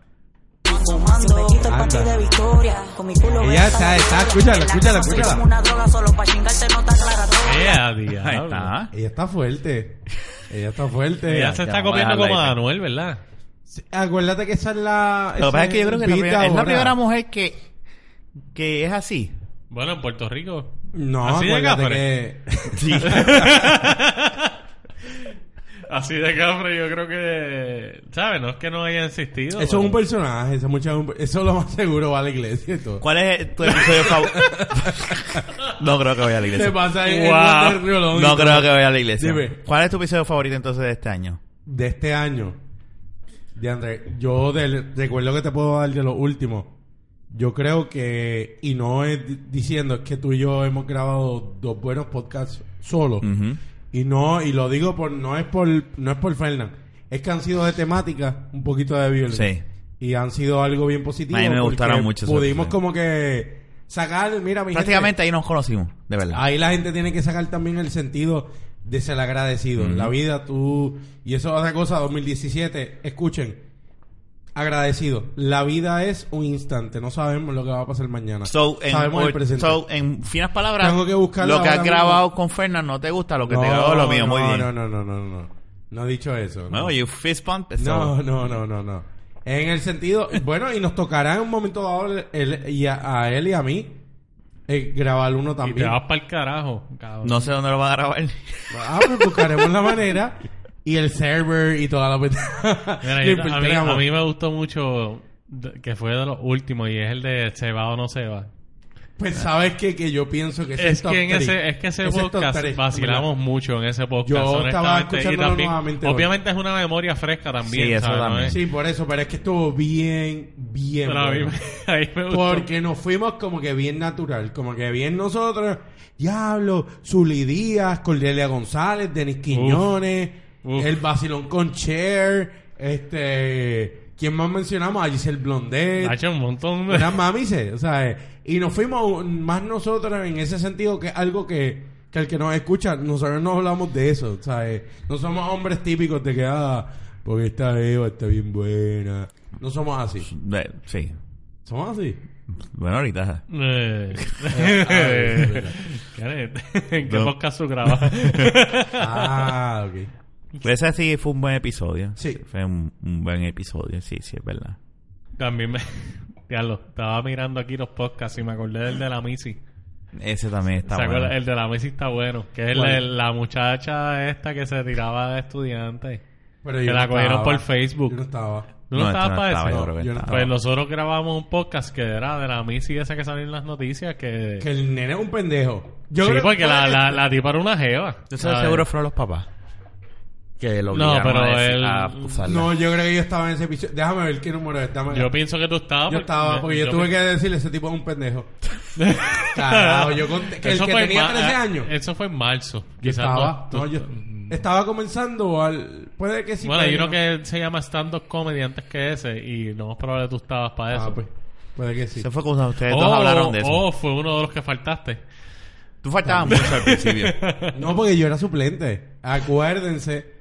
Speaker 4: Fumando, me quito el pastel de victoria. Con mi culo
Speaker 3: Ella
Speaker 4: ves esa
Speaker 3: está, está,
Speaker 4: victoria.
Speaker 3: escúchala,
Speaker 4: En la
Speaker 3: escúchala,
Speaker 4: cama soy
Speaker 3: escúchala.
Speaker 4: como una droga solo pa' chingarte no está aclaratoria.
Speaker 2: Ea,
Speaker 1: Ahí
Speaker 2: diablo.
Speaker 1: está.
Speaker 3: Ella está fuerte. Ella está fuerte.
Speaker 2: Ella se
Speaker 1: Ya,
Speaker 2: está
Speaker 1: vamos a
Speaker 2: copiando
Speaker 1: dejarla
Speaker 2: como
Speaker 1: ahí.
Speaker 2: a Anuel, ¿verdad?
Speaker 3: Sí, Acuérdate que esa es la.
Speaker 1: Lo que pasa
Speaker 3: esa
Speaker 1: es que yo creo que la
Speaker 3: Vita
Speaker 1: primera- es la
Speaker 3: ahora.
Speaker 1: primera mujer que, que es así.
Speaker 2: Bueno, en Puerto Rico.
Speaker 3: No,
Speaker 2: Así de
Speaker 3: acuérdate
Speaker 2: cafre.
Speaker 3: que.
Speaker 1: Sí.
Speaker 2: Así de cafre, yo creo que. ¿Sabes? No es que no haya insistido.
Speaker 3: Eso es un
Speaker 2: pero-
Speaker 3: personaje. Esa muchacha es un- Eso lo más seguro va a la iglesia y todo.
Speaker 1: ¿Cuál es tu episodio favorito? no creo que vaya a la
Speaker 3: Te
Speaker 1: iglesia.
Speaker 3: pasa ahí en
Speaker 2: Wow.
Speaker 3: Water Río Long y
Speaker 1: No
Speaker 3: todo.
Speaker 1: creo que vaya a la iglesia.
Speaker 3: Dime.
Speaker 1: ¿Cuál es tu episodio favorito entonces de este año?
Speaker 3: de este año. De André, yo del recuerdo que te puedo dar de los últimos. Yo creo que, y no es di- diciendo, es que tú y yo hemos grabado dos buenos podcasts solos.
Speaker 1: Ujú.
Speaker 3: Y no, y lo digo por, no es por, no es por Fernan. Es que han sido de temática un poquito de violencia.
Speaker 1: Sí.
Speaker 3: Y han sido algo bien positivo.
Speaker 1: A mí me
Speaker 3: porque
Speaker 1: gustaron mucho esos
Speaker 3: Pudimos
Speaker 1: episodios.
Speaker 3: como que sacar, mira, mi gente,
Speaker 1: Prácticamente ahí nos conocimos, de verdad.
Speaker 3: Ahí la gente tiene que sacar también el sentido de ser agradecido.
Speaker 1: Ujú.
Speaker 3: La vida, tú. Y eso es otra cosa, 2017. Escuchen. Agradecido. La vida es un instante. No sabemos lo que va a pasar mañana.
Speaker 1: So, en,
Speaker 3: sabemos
Speaker 1: or-
Speaker 3: el presente.
Speaker 1: so, en finas palabras,
Speaker 3: Tengo que buscarlo
Speaker 1: lo que has
Speaker 3: ahora mismo.
Speaker 1: grabado con Fernan no te gusta, lo que te grabó lo mío,
Speaker 3: no,
Speaker 1: muy bien.
Speaker 3: No, no, no, no, no. No he dicho eso. No,
Speaker 1: Bueno, you fist bump,
Speaker 3: no,
Speaker 1: so-
Speaker 3: no, no, no, no. En el sentido. bueno, y nos tocará en un momento dado él, y a, a él y a mí eh, grabar uno
Speaker 2: Y te
Speaker 3: también.
Speaker 2: vas para el carajo, cabrón.
Speaker 1: no sé dónde lo va a grabar.
Speaker 3: Ah, pues buscaremos la manera. Y el server y toda la pendeja.
Speaker 2: Mira,
Speaker 3: Lo
Speaker 2: yo- a, mí,
Speaker 3: infiltramos.
Speaker 2: a mí me gustó mucho de- que fue de los últimos y es el de se va o no se va.
Speaker 3: Pues sabes que, que yo pienso que ese
Speaker 2: Es
Speaker 3: top
Speaker 2: que, en
Speaker 3: three.
Speaker 2: ese, es que ese,
Speaker 3: Ese top
Speaker 2: podcast
Speaker 3: three,
Speaker 2: vacilamos
Speaker 3: ¿verdad?
Speaker 2: mucho en ese podcast.
Speaker 3: Yo estaba
Speaker 2: honestamente, y
Speaker 3: escuchándolo
Speaker 2: también-
Speaker 3: nuevamente hoy.
Speaker 2: Obviamente es una memoria fresca también.
Speaker 1: Sí, eso
Speaker 2: ¿sabes? ¿No
Speaker 1: también.
Speaker 2: es?
Speaker 3: Sí, por eso, pero es que estuvo bien, bien.
Speaker 2: Pero a mí,
Speaker 3: bueno.
Speaker 2: me- a mí me gustó.
Speaker 3: Porque nos fuimos como que bien natural, como que bien nosotros. Diablo, Zully Díaz, Cordelia González, Denis Quiñones,
Speaker 2: uf.
Speaker 3: el vacilón con Cher, este. ¿Quién más mencionamos? A Giselle Blondet.
Speaker 2: Ha hecho un montón de...
Speaker 3: Eran mamices, o sea, eh, y nos fuimos más nosotros en ese sentido que algo que, que el que nos escucha, nosotros no hablamos de eso, o sea, eh, no somos hombres típicos de que, ah, porque esta Eva está bien buena. No somos así.
Speaker 1: De- sí.
Speaker 3: Somos así.
Speaker 1: Bueno, ahorita.
Speaker 2: Eh.
Speaker 3: es verdad.
Speaker 2: ¿Qué es? ¿En qué
Speaker 1: No.
Speaker 2: podcast tú grabas?
Speaker 3: Ah, ok.
Speaker 1: Pero ese sí fue un buen episodio.
Speaker 3: Sí.
Speaker 1: Fue un, un buen episodio, sí, sí, es verdad.
Speaker 2: También me... Diablo, estaba mirando aquí los podcasts y me acordé del de la Missy.
Speaker 1: Ese también está
Speaker 2: ¿Se
Speaker 1: bueno.
Speaker 2: acuerdan? El de la Missy está bueno. Que es
Speaker 3: ¿Cuál?
Speaker 2: el- la muchacha esta que se tiraba de estudiante.
Speaker 3: Pero
Speaker 2: Que la cogieron
Speaker 3: estaba.
Speaker 2: por Facebook.
Speaker 3: Yo no estaba.
Speaker 2: ¿Tú no,
Speaker 1: No,
Speaker 2: estabas
Speaker 1: esto no
Speaker 2: para
Speaker 1: estaba,
Speaker 2: eso?
Speaker 1: yo creo que
Speaker 3: yo no
Speaker 1: estaba.
Speaker 2: Pues nosotros grabamos un podcast que era de la Missy esa que salió en las noticias que...
Speaker 3: Que el nene es un pendejo. Yo
Speaker 2: sí,
Speaker 3: creo-
Speaker 2: porque la, la, la tipa era una jeva.
Speaker 1: Eso
Speaker 2: ¿sabes?
Speaker 1: seguro fueron los papás. Que lo
Speaker 2: Pues, No,
Speaker 1: obligaron
Speaker 2: pero
Speaker 1: a, decir- "Ah, pues,
Speaker 2: él-
Speaker 1: a acusarla.
Speaker 3: No, yo creo que yo estaba en ese episodio. Déjame ver qué número es. Dame-
Speaker 2: Yo pienso que tú estabas...
Speaker 3: Yo estaba, porque yo, tuve que decirle, ese tipo es un pendejo. Carajo, yo conté que el
Speaker 2: Eso
Speaker 3: que
Speaker 2: fue en
Speaker 3: tenía
Speaker 2: ma- eh,
Speaker 3: 13 años.
Speaker 2: Eso fue en marzo.
Speaker 3: Yo
Speaker 2: Quizás
Speaker 3: estaba,
Speaker 2: no-
Speaker 3: no, yo estaba comenzando al... Puede que sí.
Speaker 2: bueno, hay
Speaker 3: puede
Speaker 2: uno
Speaker 3: no.
Speaker 2: que se llama stand-up comedy antes que ese y no es probable que tú estabas para eso.
Speaker 3: Ah, pues, puede que sí.
Speaker 1: Se fue cosa, ustedes
Speaker 2: Oh,
Speaker 1: dos hablaron de eso.
Speaker 2: Oh, fue uno de los que faltaste.
Speaker 1: Tú faltabas mucho al principio.
Speaker 3: No, porque yo era suplente. Acuérdense.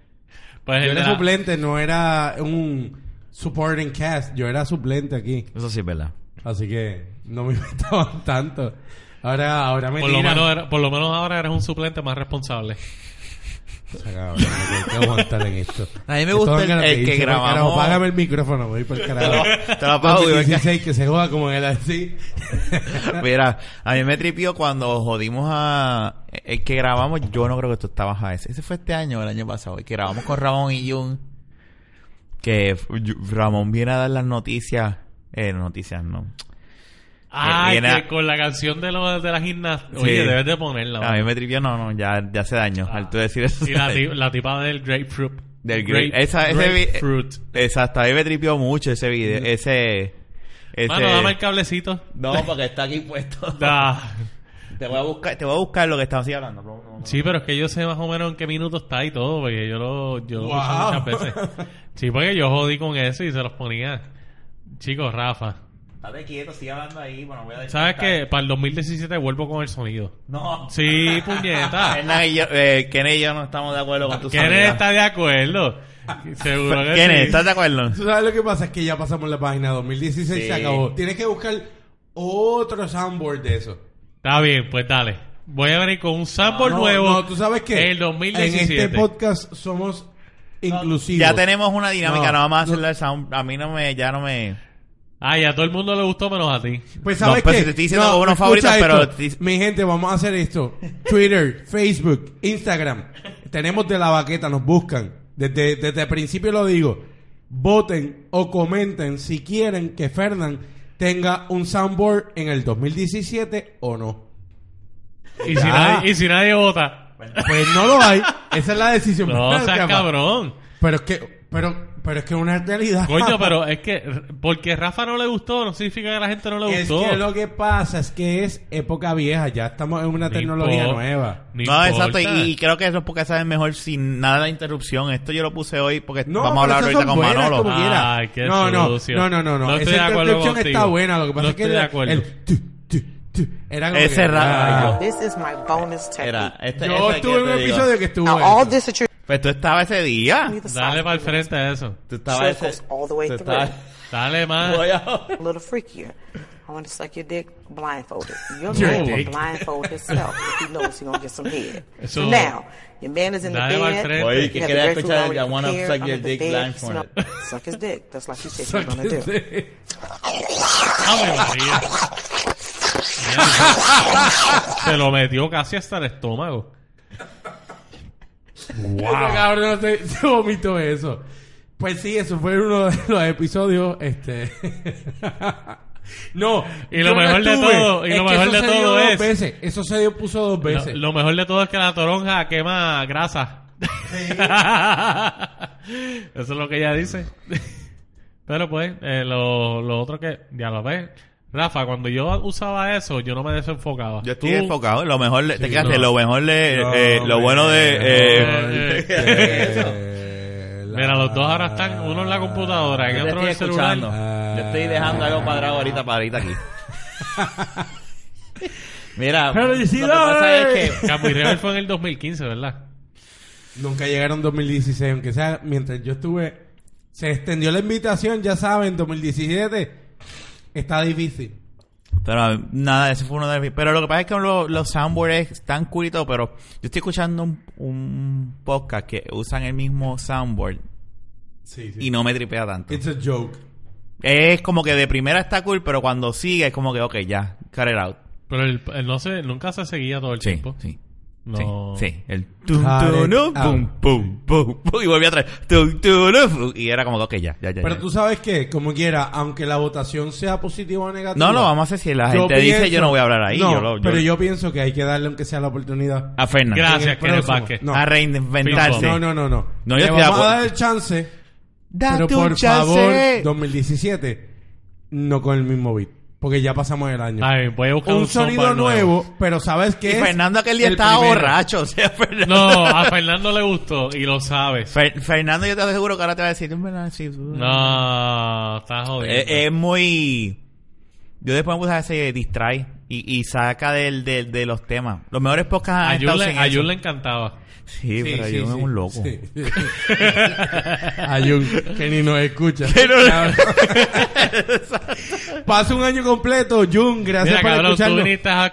Speaker 2: Pues
Speaker 3: Yo
Speaker 2: el de
Speaker 3: era
Speaker 2: la-
Speaker 3: suplente, no era un supporting cast. Yo era suplente aquí.
Speaker 1: Eso sí es verdad.
Speaker 3: Así que no me inventaban tanto. Ahora, ahora me
Speaker 2: por, lo
Speaker 3: tiran.
Speaker 2: menos era- por lo menos ahora eres un suplente más responsable.
Speaker 3: O sea, cabrón, hay que aguantar en esto.
Speaker 1: A mí me
Speaker 3: Esto
Speaker 1: gusta
Speaker 3: es
Speaker 1: el-
Speaker 3: lo
Speaker 1: el
Speaker 3: dice,
Speaker 1: que
Speaker 3: por carajo,
Speaker 1: grabamos.
Speaker 3: Págame el micrófono, voy por el carajo.
Speaker 1: te lo apago,
Speaker 3: Los
Speaker 1: güey,
Speaker 3: 16, que se joda como él así.
Speaker 1: Mira, a mí me tripió cuando jodimos a... El que grabamos, yo no creo que tú estabas a ese. Ese fue este año, el año pasado. El que grabamos con Ramón y Jun. Que f- Yu- Ramón viene a dar las noticias. Eh, noticias no.
Speaker 2: Ah,
Speaker 1: viene
Speaker 2: que
Speaker 1: a-
Speaker 2: con la canción de, lo, de la gimnasia.
Speaker 1: Sí.
Speaker 2: Oye, debes de ponerla.
Speaker 1: a mí
Speaker 2: mano.
Speaker 1: me tripió, no, no, ya, ya hace daño.
Speaker 2: Ah.
Speaker 1: Al tú decir eso.
Speaker 2: Y la, ti- la tipa del grapefruit.
Speaker 1: Del grape- esa- ese vi-
Speaker 2: grapefruit.
Speaker 1: Exacto, a mí me tripió mucho ese video. Ese... ese...
Speaker 2: Mano, dame el cablecito.
Speaker 1: No, porque está aquí puesto.
Speaker 2: Da.
Speaker 1: Te voy a buscar, te voy a buscar lo que estamos así hablando. pero no, no.
Speaker 2: Sí, pero es que yo sé más o menos en qué minuto está y todo, porque yo lo, yo lo
Speaker 3: Wow.
Speaker 2: escuché muchas veces. Sí, porque yo jodí con eso y se los ponía. Chicos, Rafa.
Speaker 1: Estate quieto, sigue hablando ahí, bueno, voy a
Speaker 2: ¿Sabes qué? Para el 2017 vuelvo con el sonido.
Speaker 1: No.
Speaker 2: Sí, puñeta.
Speaker 1: Hernán y yo, eh, Kenneth y yo no estamos de acuerdo con tus
Speaker 2: Kenneth
Speaker 1: salidas.
Speaker 2: está de acuerdo. Seguro que
Speaker 1: Kenneth,
Speaker 2: sí.
Speaker 1: ¿estás de acuerdo?
Speaker 3: Tú sabes lo que pasa es que ya pasamos la página 2016
Speaker 1: Sí.
Speaker 3: se acabó. Tienes que buscar otro soundboard de eso.
Speaker 2: Está bien, pues dale. Voy a venir con un sample
Speaker 3: Ah, No,
Speaker 2: nuevo.
Speaker 3: No, tú sabes que
Speaker 2: El 2017.
Speaker 3: en este podcast somos inclusivos.
Speaker 1: Ya tenemos una dinámica,
Speaker 3: No,
Speaker 1: no, vamos a
Speaker 3: no.
Speaker 1: hacerle el sound. A mí no me, ya no me.
Speaker 2: Ay, a todo el mundo le gustó menos a ti.
Speaker 3: Pues
Speaker 1: No,
Speaker 3: sabes
Speaker 1: pues,
Speaker 3: qué?
Speaker 1: te estoy diciendo como unos
Speaker 3: escucha
Speaker 1: favoritos,
Speaker 3: esto.
Speaker 1: pero te-
Speaker 3: mi gente vamos a hacer esto: Twitter, Facebook, Instagram. Tenemos de la baqueta, nos buscan. Desde, desde el principio lo digo. Voten o comenten si quieren que Fernán tenga un soundboard en el 2017 o no.
Speaker 2: Y si,
Speaker 3: Ya.
Speaker 2: nadie, y si nadie vota.
Speaker 3: Pues no lo hay. Esa es la decisión.
Speaker 2: No
Speaker 3: Pero
Speaker 2: seas
Speaker 3: es que-
Speaker 2: cabrón.
Speaker 3: Pero es que, pero, pero es que es una realidad.
Speaker 2: Coño, pero es que porque a Rafa no le gustó, no significa que a la gente no le
Speaker 3: Es
Speaker 2: gustó.
Speaker 3: que lo que pasa es que es época vieja, ya estamos en una
Speaker 2: Ni
Speaker 3: tecnología
Speaker 2: po-
Speaker 3: nueva.
Speaker 2: ni
Speaker 1: no, exacto.
Speaker 2: importa.
Speaker 1: Y, y creo que eso es porque saben mejor sin nada de interrupción. Esto yo lo puse hoy porque
Speaker 3: No,
Speaker 1: vamos a hablar
Speaker 3: pero esas
Speaker 1: ahorita
Speaker 3: son
Speaker 1: con
Speaker 3: buenas,
Speaker 1: Manolo.
Speaker 3: como quiera.
Speaker 2: Ay, qué
Speaker 3: no, no,
Speaker 2: sucio.
Speaker 3: no, no, no, no.
Speaker 2: No estoy de
Speaker 3: Esa
Speaker 2: acuerdo
Speaker 3: introducción
Speaker 2: contigo.
Speaker 3: está buena, lo que pasa
Speaker 2: No
Speaker 3: es que
Speaker 2: estoy de
Speaker 3: la-
Speaker 2: acuerdo.
Speaker 3: el tu, tu, tu, era como
Speaker 1: Ese
Speaker 3: que-
Speaker 1: rayo.
Speaker 3: Ah.
Speaker 4: This is my bonus technique.
Speaker 1: Era, este,
Speaker 3: Yo
Speaker 1: este que
Speaker 3: estuve
Speaker 1: te
Speaker 3: en un
Speaker 1: digo.
Speaker 3: episodio que estuvo
Speaker 4: Now, all
Speaker 3: eso.
Speaker 4: this that you're
Speaker 1: Pues tú estabas ese día.
Speaker 4: either
Speaker 2: Dale
Speaker 4: side
Speaker 2: para el frente a eso.
Speaker 1: Tú estabas ese.
Speaker 4: Circles all the way
Speaker 1: tú
Speaker 4: through.
Speaker 1: estabas-
Speaker 2: Dale más.
Speaker 1: Voy a-
Speaker 4: a little freakier. I want to suck your dick blindfolded. Your
Speaker 2: Your
Speaker 4: man
Speaker 2: dick.
Speaker 4: will blindfold himself if he knows he's gonna get some head. So,
Speaker 2: So-
Speaker 4: now, your man is in the
Speaker 2: Now I'm
Speaker 4: bed.
Speaker 2: afraid-
Speaker 1: Oye,
Speaker 4: you
Speaker 1: que
Speaker 4: have the
Speaker 1: quería
Speaker 4: bedroom
Speaker 1: escuchar el
Speaker 4: already
Speaker 1: I wanna
Speaker 4: prepared,
Speaker 1: suck
Speaker 4: I'm
Speaker 1: your
Speaker 4: under
Speaker 1: dick
Speaker 4: the bed, you
Speaker 1: blindfolded.
Speaker 4: smell- Suck his dick. That's like you said you were gonna do.
Speaker 2: Ave María. Mierda. Se lo metió casi hasta el estómago.
Speaker 3: Ese cabrón no se, se vomitó eso. Pues sí, eso fue uno de los episodios, este... no.
Speaker 2: Y lo
Speaker 3: yo no
Speaker 2: mejor de
Speaker 3: estuve.
Speaker 2: todo, y
Speaker 3: Es
Speaker 2: lo
Speaker 3: que
Speaker 2: mejor
Speaker 3: eso
Speaker 2: de
Speaker 3: se dio
Speaker 2: todo
Speaker 3: dos
Speaker 2: es-
Speaker 3: veces. Eso se dio, puso dos
Speaker 1: Pues,
Speaker 2: Lo,
Speaker 3: veces.
Speaker 2: lo mejor de todo es que la toronja quema grasa. Eso es lo que ella dice. Pero pues, eh, lo, lo otro que ya lo ves. Rafa, cuando yo usaba eso, yo no me desenfocaba.
Speaker 1: Yo estoy
Speaker 2: Tú-
Speaker 1: enfocado. Lo mejor, le- te quedaste,
Speaker 3: no.
Speaker 1: lo mejor le,
Speaker 3: No,
Speaker 1: eh, lo bueno de,
Speaker 2: eh,
Speaker 1: eh,
Speaker 3: eh, la-
Speaker 2: Mira, los dos ahora están, uno en la computadora, en
Speaker 1: Yo te
Speaker 2: otro en el
Speaker 1: estoy
Speaker 2: celular.
Speaker 1: escuchando.
Speaker 3: Ah.
Speaker 1: Yo estoy dejando algo cuadrado ahorita para ahorita aquí. Mira,
Speaker 3: ¡Felicidades!
Speaker 1: lo que pasa es que
Speaker 2: Camus Rebel fue en el 2015, ¿verdad?
Speaker 3: Nunca llegaron 2016, aunque sea mientras yo estuve. Se extendió la invitación, ya saben, 2017 está difícil.
Speaker 1: pero nada, ese fue uno de mis. Pero lo que pasa es que los, los soundboards están curitos, pero yo estoy escuchando un, un podcast que usan el mismo soundboard
Speaker 3: Sí,
Speaker 1: y no me tripea tanto.
Speaker 3: It's a joke.
Speaker 1: Es como que de primera está cool, pero cuando sigue es como que, ok, ya, cut it out.
Speaker 2: Pero el, el no se, nunca se seguía todo el
Speaker 1: Sí,
Speaker 2: tiempo.
Speaker 1: sí.
Speaker 2: No.
Speaker 1: Sí, sí, el tum,
Speaker 3: Cut it
Speaker 1: tunum, pum,
Speaker 3: out.
Speaker 1: pum, pum, pum, y volví atrás. Tum, tunum, pum, y era como que, ok, ya, ya, ya.
Speaker 3: Pero
Speaker 1: ya.
Speaker 3: tú sabes que, como quiera, aunque la votación sea positiva o negativa.
Speaker 1: No, no, vamos a hacer si la
Speaker 3: yo
Speaker 1: gente dice,
Speaker 3: pienso-
Speaker 1: yo no voy a hablar ahí.
Speaker 3: No,
Speaker 1: yo lo- Ah, yo-
Speaker 3: pero yo pienso que hay que darle, aunque sea la oportunidad.
Speaker 1: A Fernan.
Speaker 2: Gracias,
Speaker 3: En el
Speaker 2: Kenneth
Speaker 3: próximo.
Speaker 2: Vázquez.
Speaker 3: No.
Speaker 1: A reinventarse.
Speaker 2: Sí.
Speaker 3: No, no, no, no.
Speaker 1: Ah, No, yo
Speaker 3: Le
Speaker 1: estoy de
Speaker 3: vamos
Speaker 1: acuerdo.
Speaker 3: a dar el chance, pero
Speaker 1: Date un
Speaker 3: por
Speaker 1: chance.
Speaker 3: favor, 2017, no con el mismo beat, porque ya pasamos el año.
Speaker 1: Ah,
Speaker 2: Ay, voy a buscar
Speaker 3: un sonido
Speaker 2: soundbar
Speaker 3: nuevo, pero sabes que
Speaker 1: y Fernando aquel día estaba borracho. O sea, Fernando.
Speaker 2: No, a Fernando le gustó y lo sabes.
Speaker 1: Fer- Fernando, yo te aseguro que ahora te va a decir. "Bueno, sí, tú-
Speaker 2: No, estás jodido.
Speaker 1: Eh, Es, muy. Yo después me puse a ese distrae y, y saca del, del- de los temas. Los mejores podcasts han
Speaker 2: a Jun
Speaker 1: estado
Speaker 2: le,
Speaker 1: sin
Speaker 2: a
Speaker 1: eso.
Speaker 2: Jun le encantaba.
Speaker 1: Sí, pero Jun es un loco.
Speaker 3: Ayun, que ni nos escucha.
Speaker 1: Que no-
Speaker 3: Pasa un año completo, Jun, gracias
Speaker 2: Mira,
Speaker 3: por
Speaker 2: cabrón, tú
Speaker 3: escucharnos.
Speaker 2: viniste a,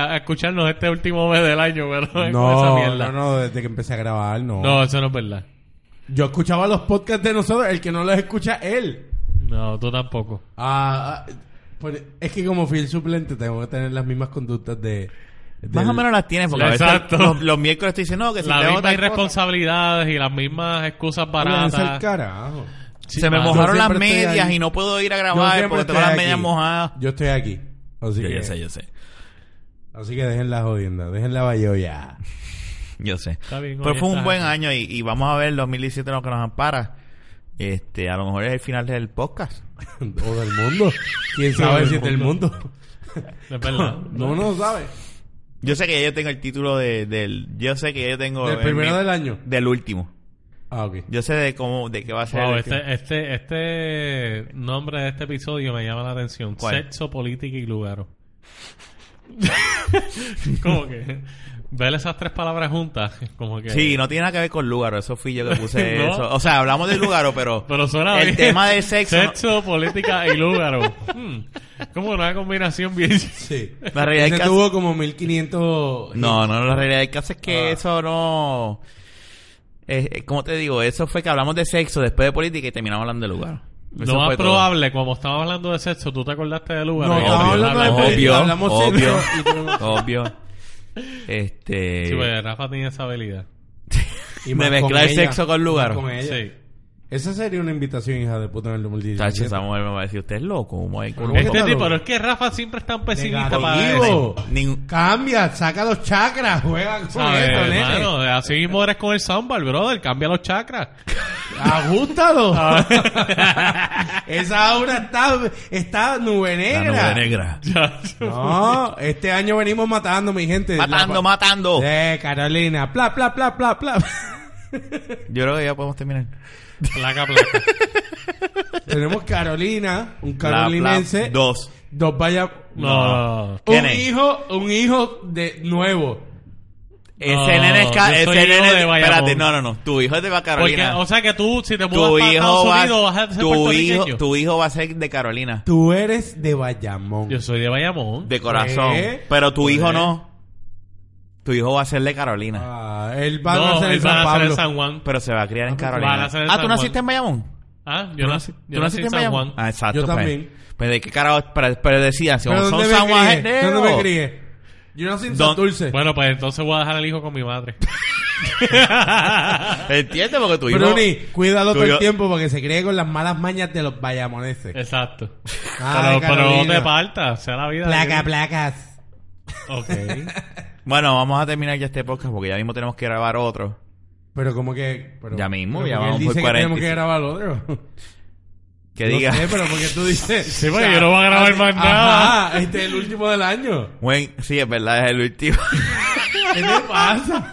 Speaker 2: a- a escucharnos este último mes del año, pero con esa
Speaker 3: No,
Speaker 2: mierda.
Speaker 3: no, no, desde que empecé a grabar, no.
Speaker 2: No, eso no es verdad.
Speaker 3: Yo escuchaba los podcasts de nosotros, el que no los escucha él.
Speaker 2: No, tú tampoco.
Speaker 3: Ah, ah, pues, es que como fui el suplente tengo que tener las mismas conductas de...
Speaker 1: Más
Speaker 3: del-
Speaker 1: o menos las tienes, porque a veces
Speaker 2: Exacto.
Speaker 1: los, los miércoles te dicen, no, que si
Speaker 2: Las
Speaker 1: tengo
Speaker 2: mismas
Speaker 1: tal cosa".
Speaker 2: irresponsabilidades y las mismas excusas
Speaker 3: Váyanse al
Speaker 2: baratas.
Speaker 3: carajo.
Speaker 1: Se me
Speaker 2: Yo
Speaker 1: mojaron las
Speaker 3: siempre estoy
Speaker 1: medias
Speaker 3: ahí.
Speaker 1: y no puedo ir a
Speaker 3: Yo
Speaker 1: grabar
Speaker 3: siempre
Speaker 1: porque tengo
Speaker 3: estoy
Speaker 1: las
Speaker 3: aquí.
Speaker 1: medias mojadas.
Speaker 3: Yo estoy aquí. Así
Speaker 1: Yo,
Speaker 3: que,
Speaker 1: yo sé, yo sé.
Speaker 3: Así que dejen la jodienda, dejen la bayoya.
Speaker 1: Yo sé.
Speaker 2: Está bien,
Speaker 1: Pero
Speaker 2: oye,
Speaker 1: fue un
Speaker 2: estás
Speaker 1: buen
Speaker 2: aquí.
Speaker 1: año y, y vamos a ver el 2017 lo que nos ampara. Este, a lo mejor es el final del podcast.
Speaker 3: o del mundo. ¿Quién
Speaker 2: O
Speaker 3: sabe
Speaker 2: del
Speaker 3: si es del mundo?
Speaker 2: Es verdad.
Speaker 3: No, no sabe.
Speaker 1: Yo sé que ya yo tengo el título de- del... Yo sé que ya yo tengo...
Speaker 3: ¿Del
Speaker 1: el
Speaker 3: primero
Speaker 1: mi-
Speaker 3: del año?
Speaker 1: Del último.
Speaker 3: Ah, ok.
Speaker 1: Yo sé de cómo... De qué va a ser...
Speaker 2: Wow,
Speaker 1: el
Speaker 2: este,
Speaker 1: último.
Speaker 2: este, este nombre de este episodio me llama la atención.
Speaker 1: ¿Cuál?
Speaker 2: Sexo, política y lugaro. como que ver esas tres palabras juntas, como que...
Speaker 1: Sí, no tiene nada que ver con Lugaro. Eso fui yo que puse
Speaker 2: No.
Speaker 1: eso. O sea, hablamos de Lugaro, pero...
Speaker 2: Pero suena
Speaker 1: El
Speaker 2: bien.
Speaker 1: tema del sexo... ¿no?
Speaker 2: Sexo, política y lugaro. Hmm. Como una combinación bien...
Speaker 3: Sí.
Speaker 1: La realidad
Speaker 3: Ese
Speaker 1: es que-
Speaker 3: tuvo como 1500...
Speaker 1: No, no, la realidad del caso es que
Speaker 3: Ah.
Speaker 1: eso no... Eh, eh, como te digo, eso fue que hablamos de sexo después de política y terminamos hablando de lugar. Eso
Speaker 2: Lo más
Speaker 1: fue todo.
Speaker 2: probable, como estábamos hablando de sexo, tú te acordaste de lugaro.
Speaker 3: No,
Speaker 2: Y
Speaker 3: estábamos
Speaker 2: obvio,
Speaker 3: hablando de
Speaker 2: obvio.
Speaker 1: Obvio,
Speaker 3: película, hablamos
Speaker 1: obvio,
Speaker 3: sexo y tenemos-
Speaker 1: obvio. Este...
Speaker 2: Sí, pues, Rafa tiene esa habilidad.
Speaker 3: Y
Speaker 1: De
Speaker 3: más con
Speaker 1: mezclar
Speaker 3: ella,
Speaker 1: sexo con lugar.
Speaker 3: más Con ella.
Speaker 2: Sí.
Speaker 3: Esa sería una invitación, hija de puta, en el 2017.
Speaker 1: Tacho, esa mujer me va a decir, usted es loco. ¿cómo es?
Speaker 3: Pero
Speaker 1: ¿Cómo-
Speaker 3: bueno,
Speaker 2: Este
Speaker 3: Tócalo.
Speaker 2: tipo, pero es que Rafa siempre es tan pesimista
Speaker 3: Negativo.
Speaker 2: para eso.
Speaker 1: Nin-
Speaker 3: Cambia, saca los chakras, juega con
Speaker 2: ¿Sabes,
Speaker 3: esto, nene.
Speaker 2: hermano? Así mismo eres con el soundbar, brother. Cambia los chakras.
Speaker 3: Ajustalo. Esa aura está, está
Speaker 1: La
Speaker 3: nube negra.
Speaker 1: nube negra.
Speaker 2: Ya.
Speaker 3: No, este año venimos matando, mi gente.
Speaker 1: Matando,
Speaker 3: La-
Speaker 1: matando.
Speaker 3: Eh, Carolina. Pla, pla, pla, pla, pla.
Speaker 1: Yo creo que ya podemos terminar.
Speaker 2: Placa, placa.
Speaker 3: Tenemos Carolina, un
Speaker 1: La- la-
Speaker 3: carolinense.
Speaker 1: dos.
Speaker 3: Dos vaya.
Speaker 2: No. no.
Speaker 1: ¿Quién
Speaker 3: un
Speaker 1: es?
Speaker 3: hijo, un hijo de nuevo.
Speaker 1: ese nene es... ca-
Speaker 2: yo soy
Speaker 1: Ese
Speaker 2: hijo
Speaker 1: nene...
Speaker 2: de Bayamón.
Speaker 1: Espérate, no, no, no. Tu hijo es de
Speaker 2: Porque,
Speaker 1: Carolina.
Speaker 2: o sea que tú, si te mudas
Speaker 1: tu
Speaker 2: para Estados
Speaker 1: hijo va...
Speaker 2: Unidos, vas a ser
Speaker 1: tu,
Speaker 2: puertorriqueño.
Speaker 1: hijo, tu hijo va a ser de Carolina.
Speaker 3: Tú eres de Bayamón.
Speaker 2: Yo soy de Bayamón.
Speaker 1: De corazón.
Speaker 3: ¿Qué?
Speaker 1: Pero tu
Speaker 3: ¿Qué?
Speaker 1: hijo no. Tu hijo va a ser de Carolina.
Speaker 3: Ah, él va a
Speaker 2: No,
Speaker 3: nacer en
Speaker 2: él va
Speaker 3: San
Speaker 2: a nacer en
Speaker 3: Pablo.
Speaker 2: San Juan.
Speaker 1: Pero se va a criar en
Speaker 2: pues, van
Speaker 1: Carolina.
Speaker 2: a ser de
Speaker 1: Ah,
Speaker 2: San
Speaker 1: ¿tú naciste
Speaker 2: Juan.
Speaker 1: en Bayamón?
Speaker 2: Ah, yo
Speaker 1: ¿Tú
Speaker 2: nací,
Speaker 1: naci-
Speaker 2: yo
Speaker 1: tú
Speaker 2: nací en San
Speaker 1: Bayamón?
Speaker 2: Juan.
Speaker 1: Ah, exacto.
Speaker 3: Yo
Speaker 1: pues.
Speaker 3: también.
Speaker 1: Pero de qué carajo... Pero, pero decía, si
Speaker 3: ¿Pero
Speaker 1: son
Speaker 3: dónde
Speaker 1: San
Speaker 3: me
Speaker 1: Juan
Speaker 3: crié? ¿Dónde me crié? Yo nací en San
Speaker 1: ¿Dónde-
Speaker 3: Dulce.
Speaker 2: Bueno, pues entonces voy a dejar al hijo con mi madre.
Speaker 1: Entiende porque tu hijo...
Speaker 3: Bruni, cuídalo
Speaker 1: tu
Speaker 3: todo el
Speaker 1: hijo-
Speaker 3: tiempo porque se cree con las malas mañas de los bayamoneses.
Speaker 2: Exacto.
Speaker 3: Ay,
Speaker 2: pero, pero no
Speaker 3: Carolina.
Speaker 2: te partas, sea la vida. de
Speaker 3: Placa,
Speaker 2: Dios.
Speaker 3: placas.
Speaker 2: Ok.
Speaker 1: Bueno, vamos a terminar ya este podcast porque ya mismo tenemos que grabar otro.
Speaker 3: Pero como que... pero-
Speaker 1: Ya mismo,
Speaker 3: pero
Speaker 1: ya
Speaker 3: porque
Speaker 1: vamos
Speaker 3: él
Speaker 1: por
Speaker 3: dice que tenemos
Speaker 1: 45.
Speaker 3: que grabar otro.
Speaker 1: Que
Speaker 3: No
Speaker 1: diga,
Speaker 3: sé, pero porque tú dices...
Speaker 2: Sí, porque yo no voy a grabar más
Speaker 3: ajá,
Speaker 2: nada.
Speaker 3: este es el último del año.
Speaker 1: buen, sí, es verdad, es el último.
Speaker 3: ¿Qué te pasa?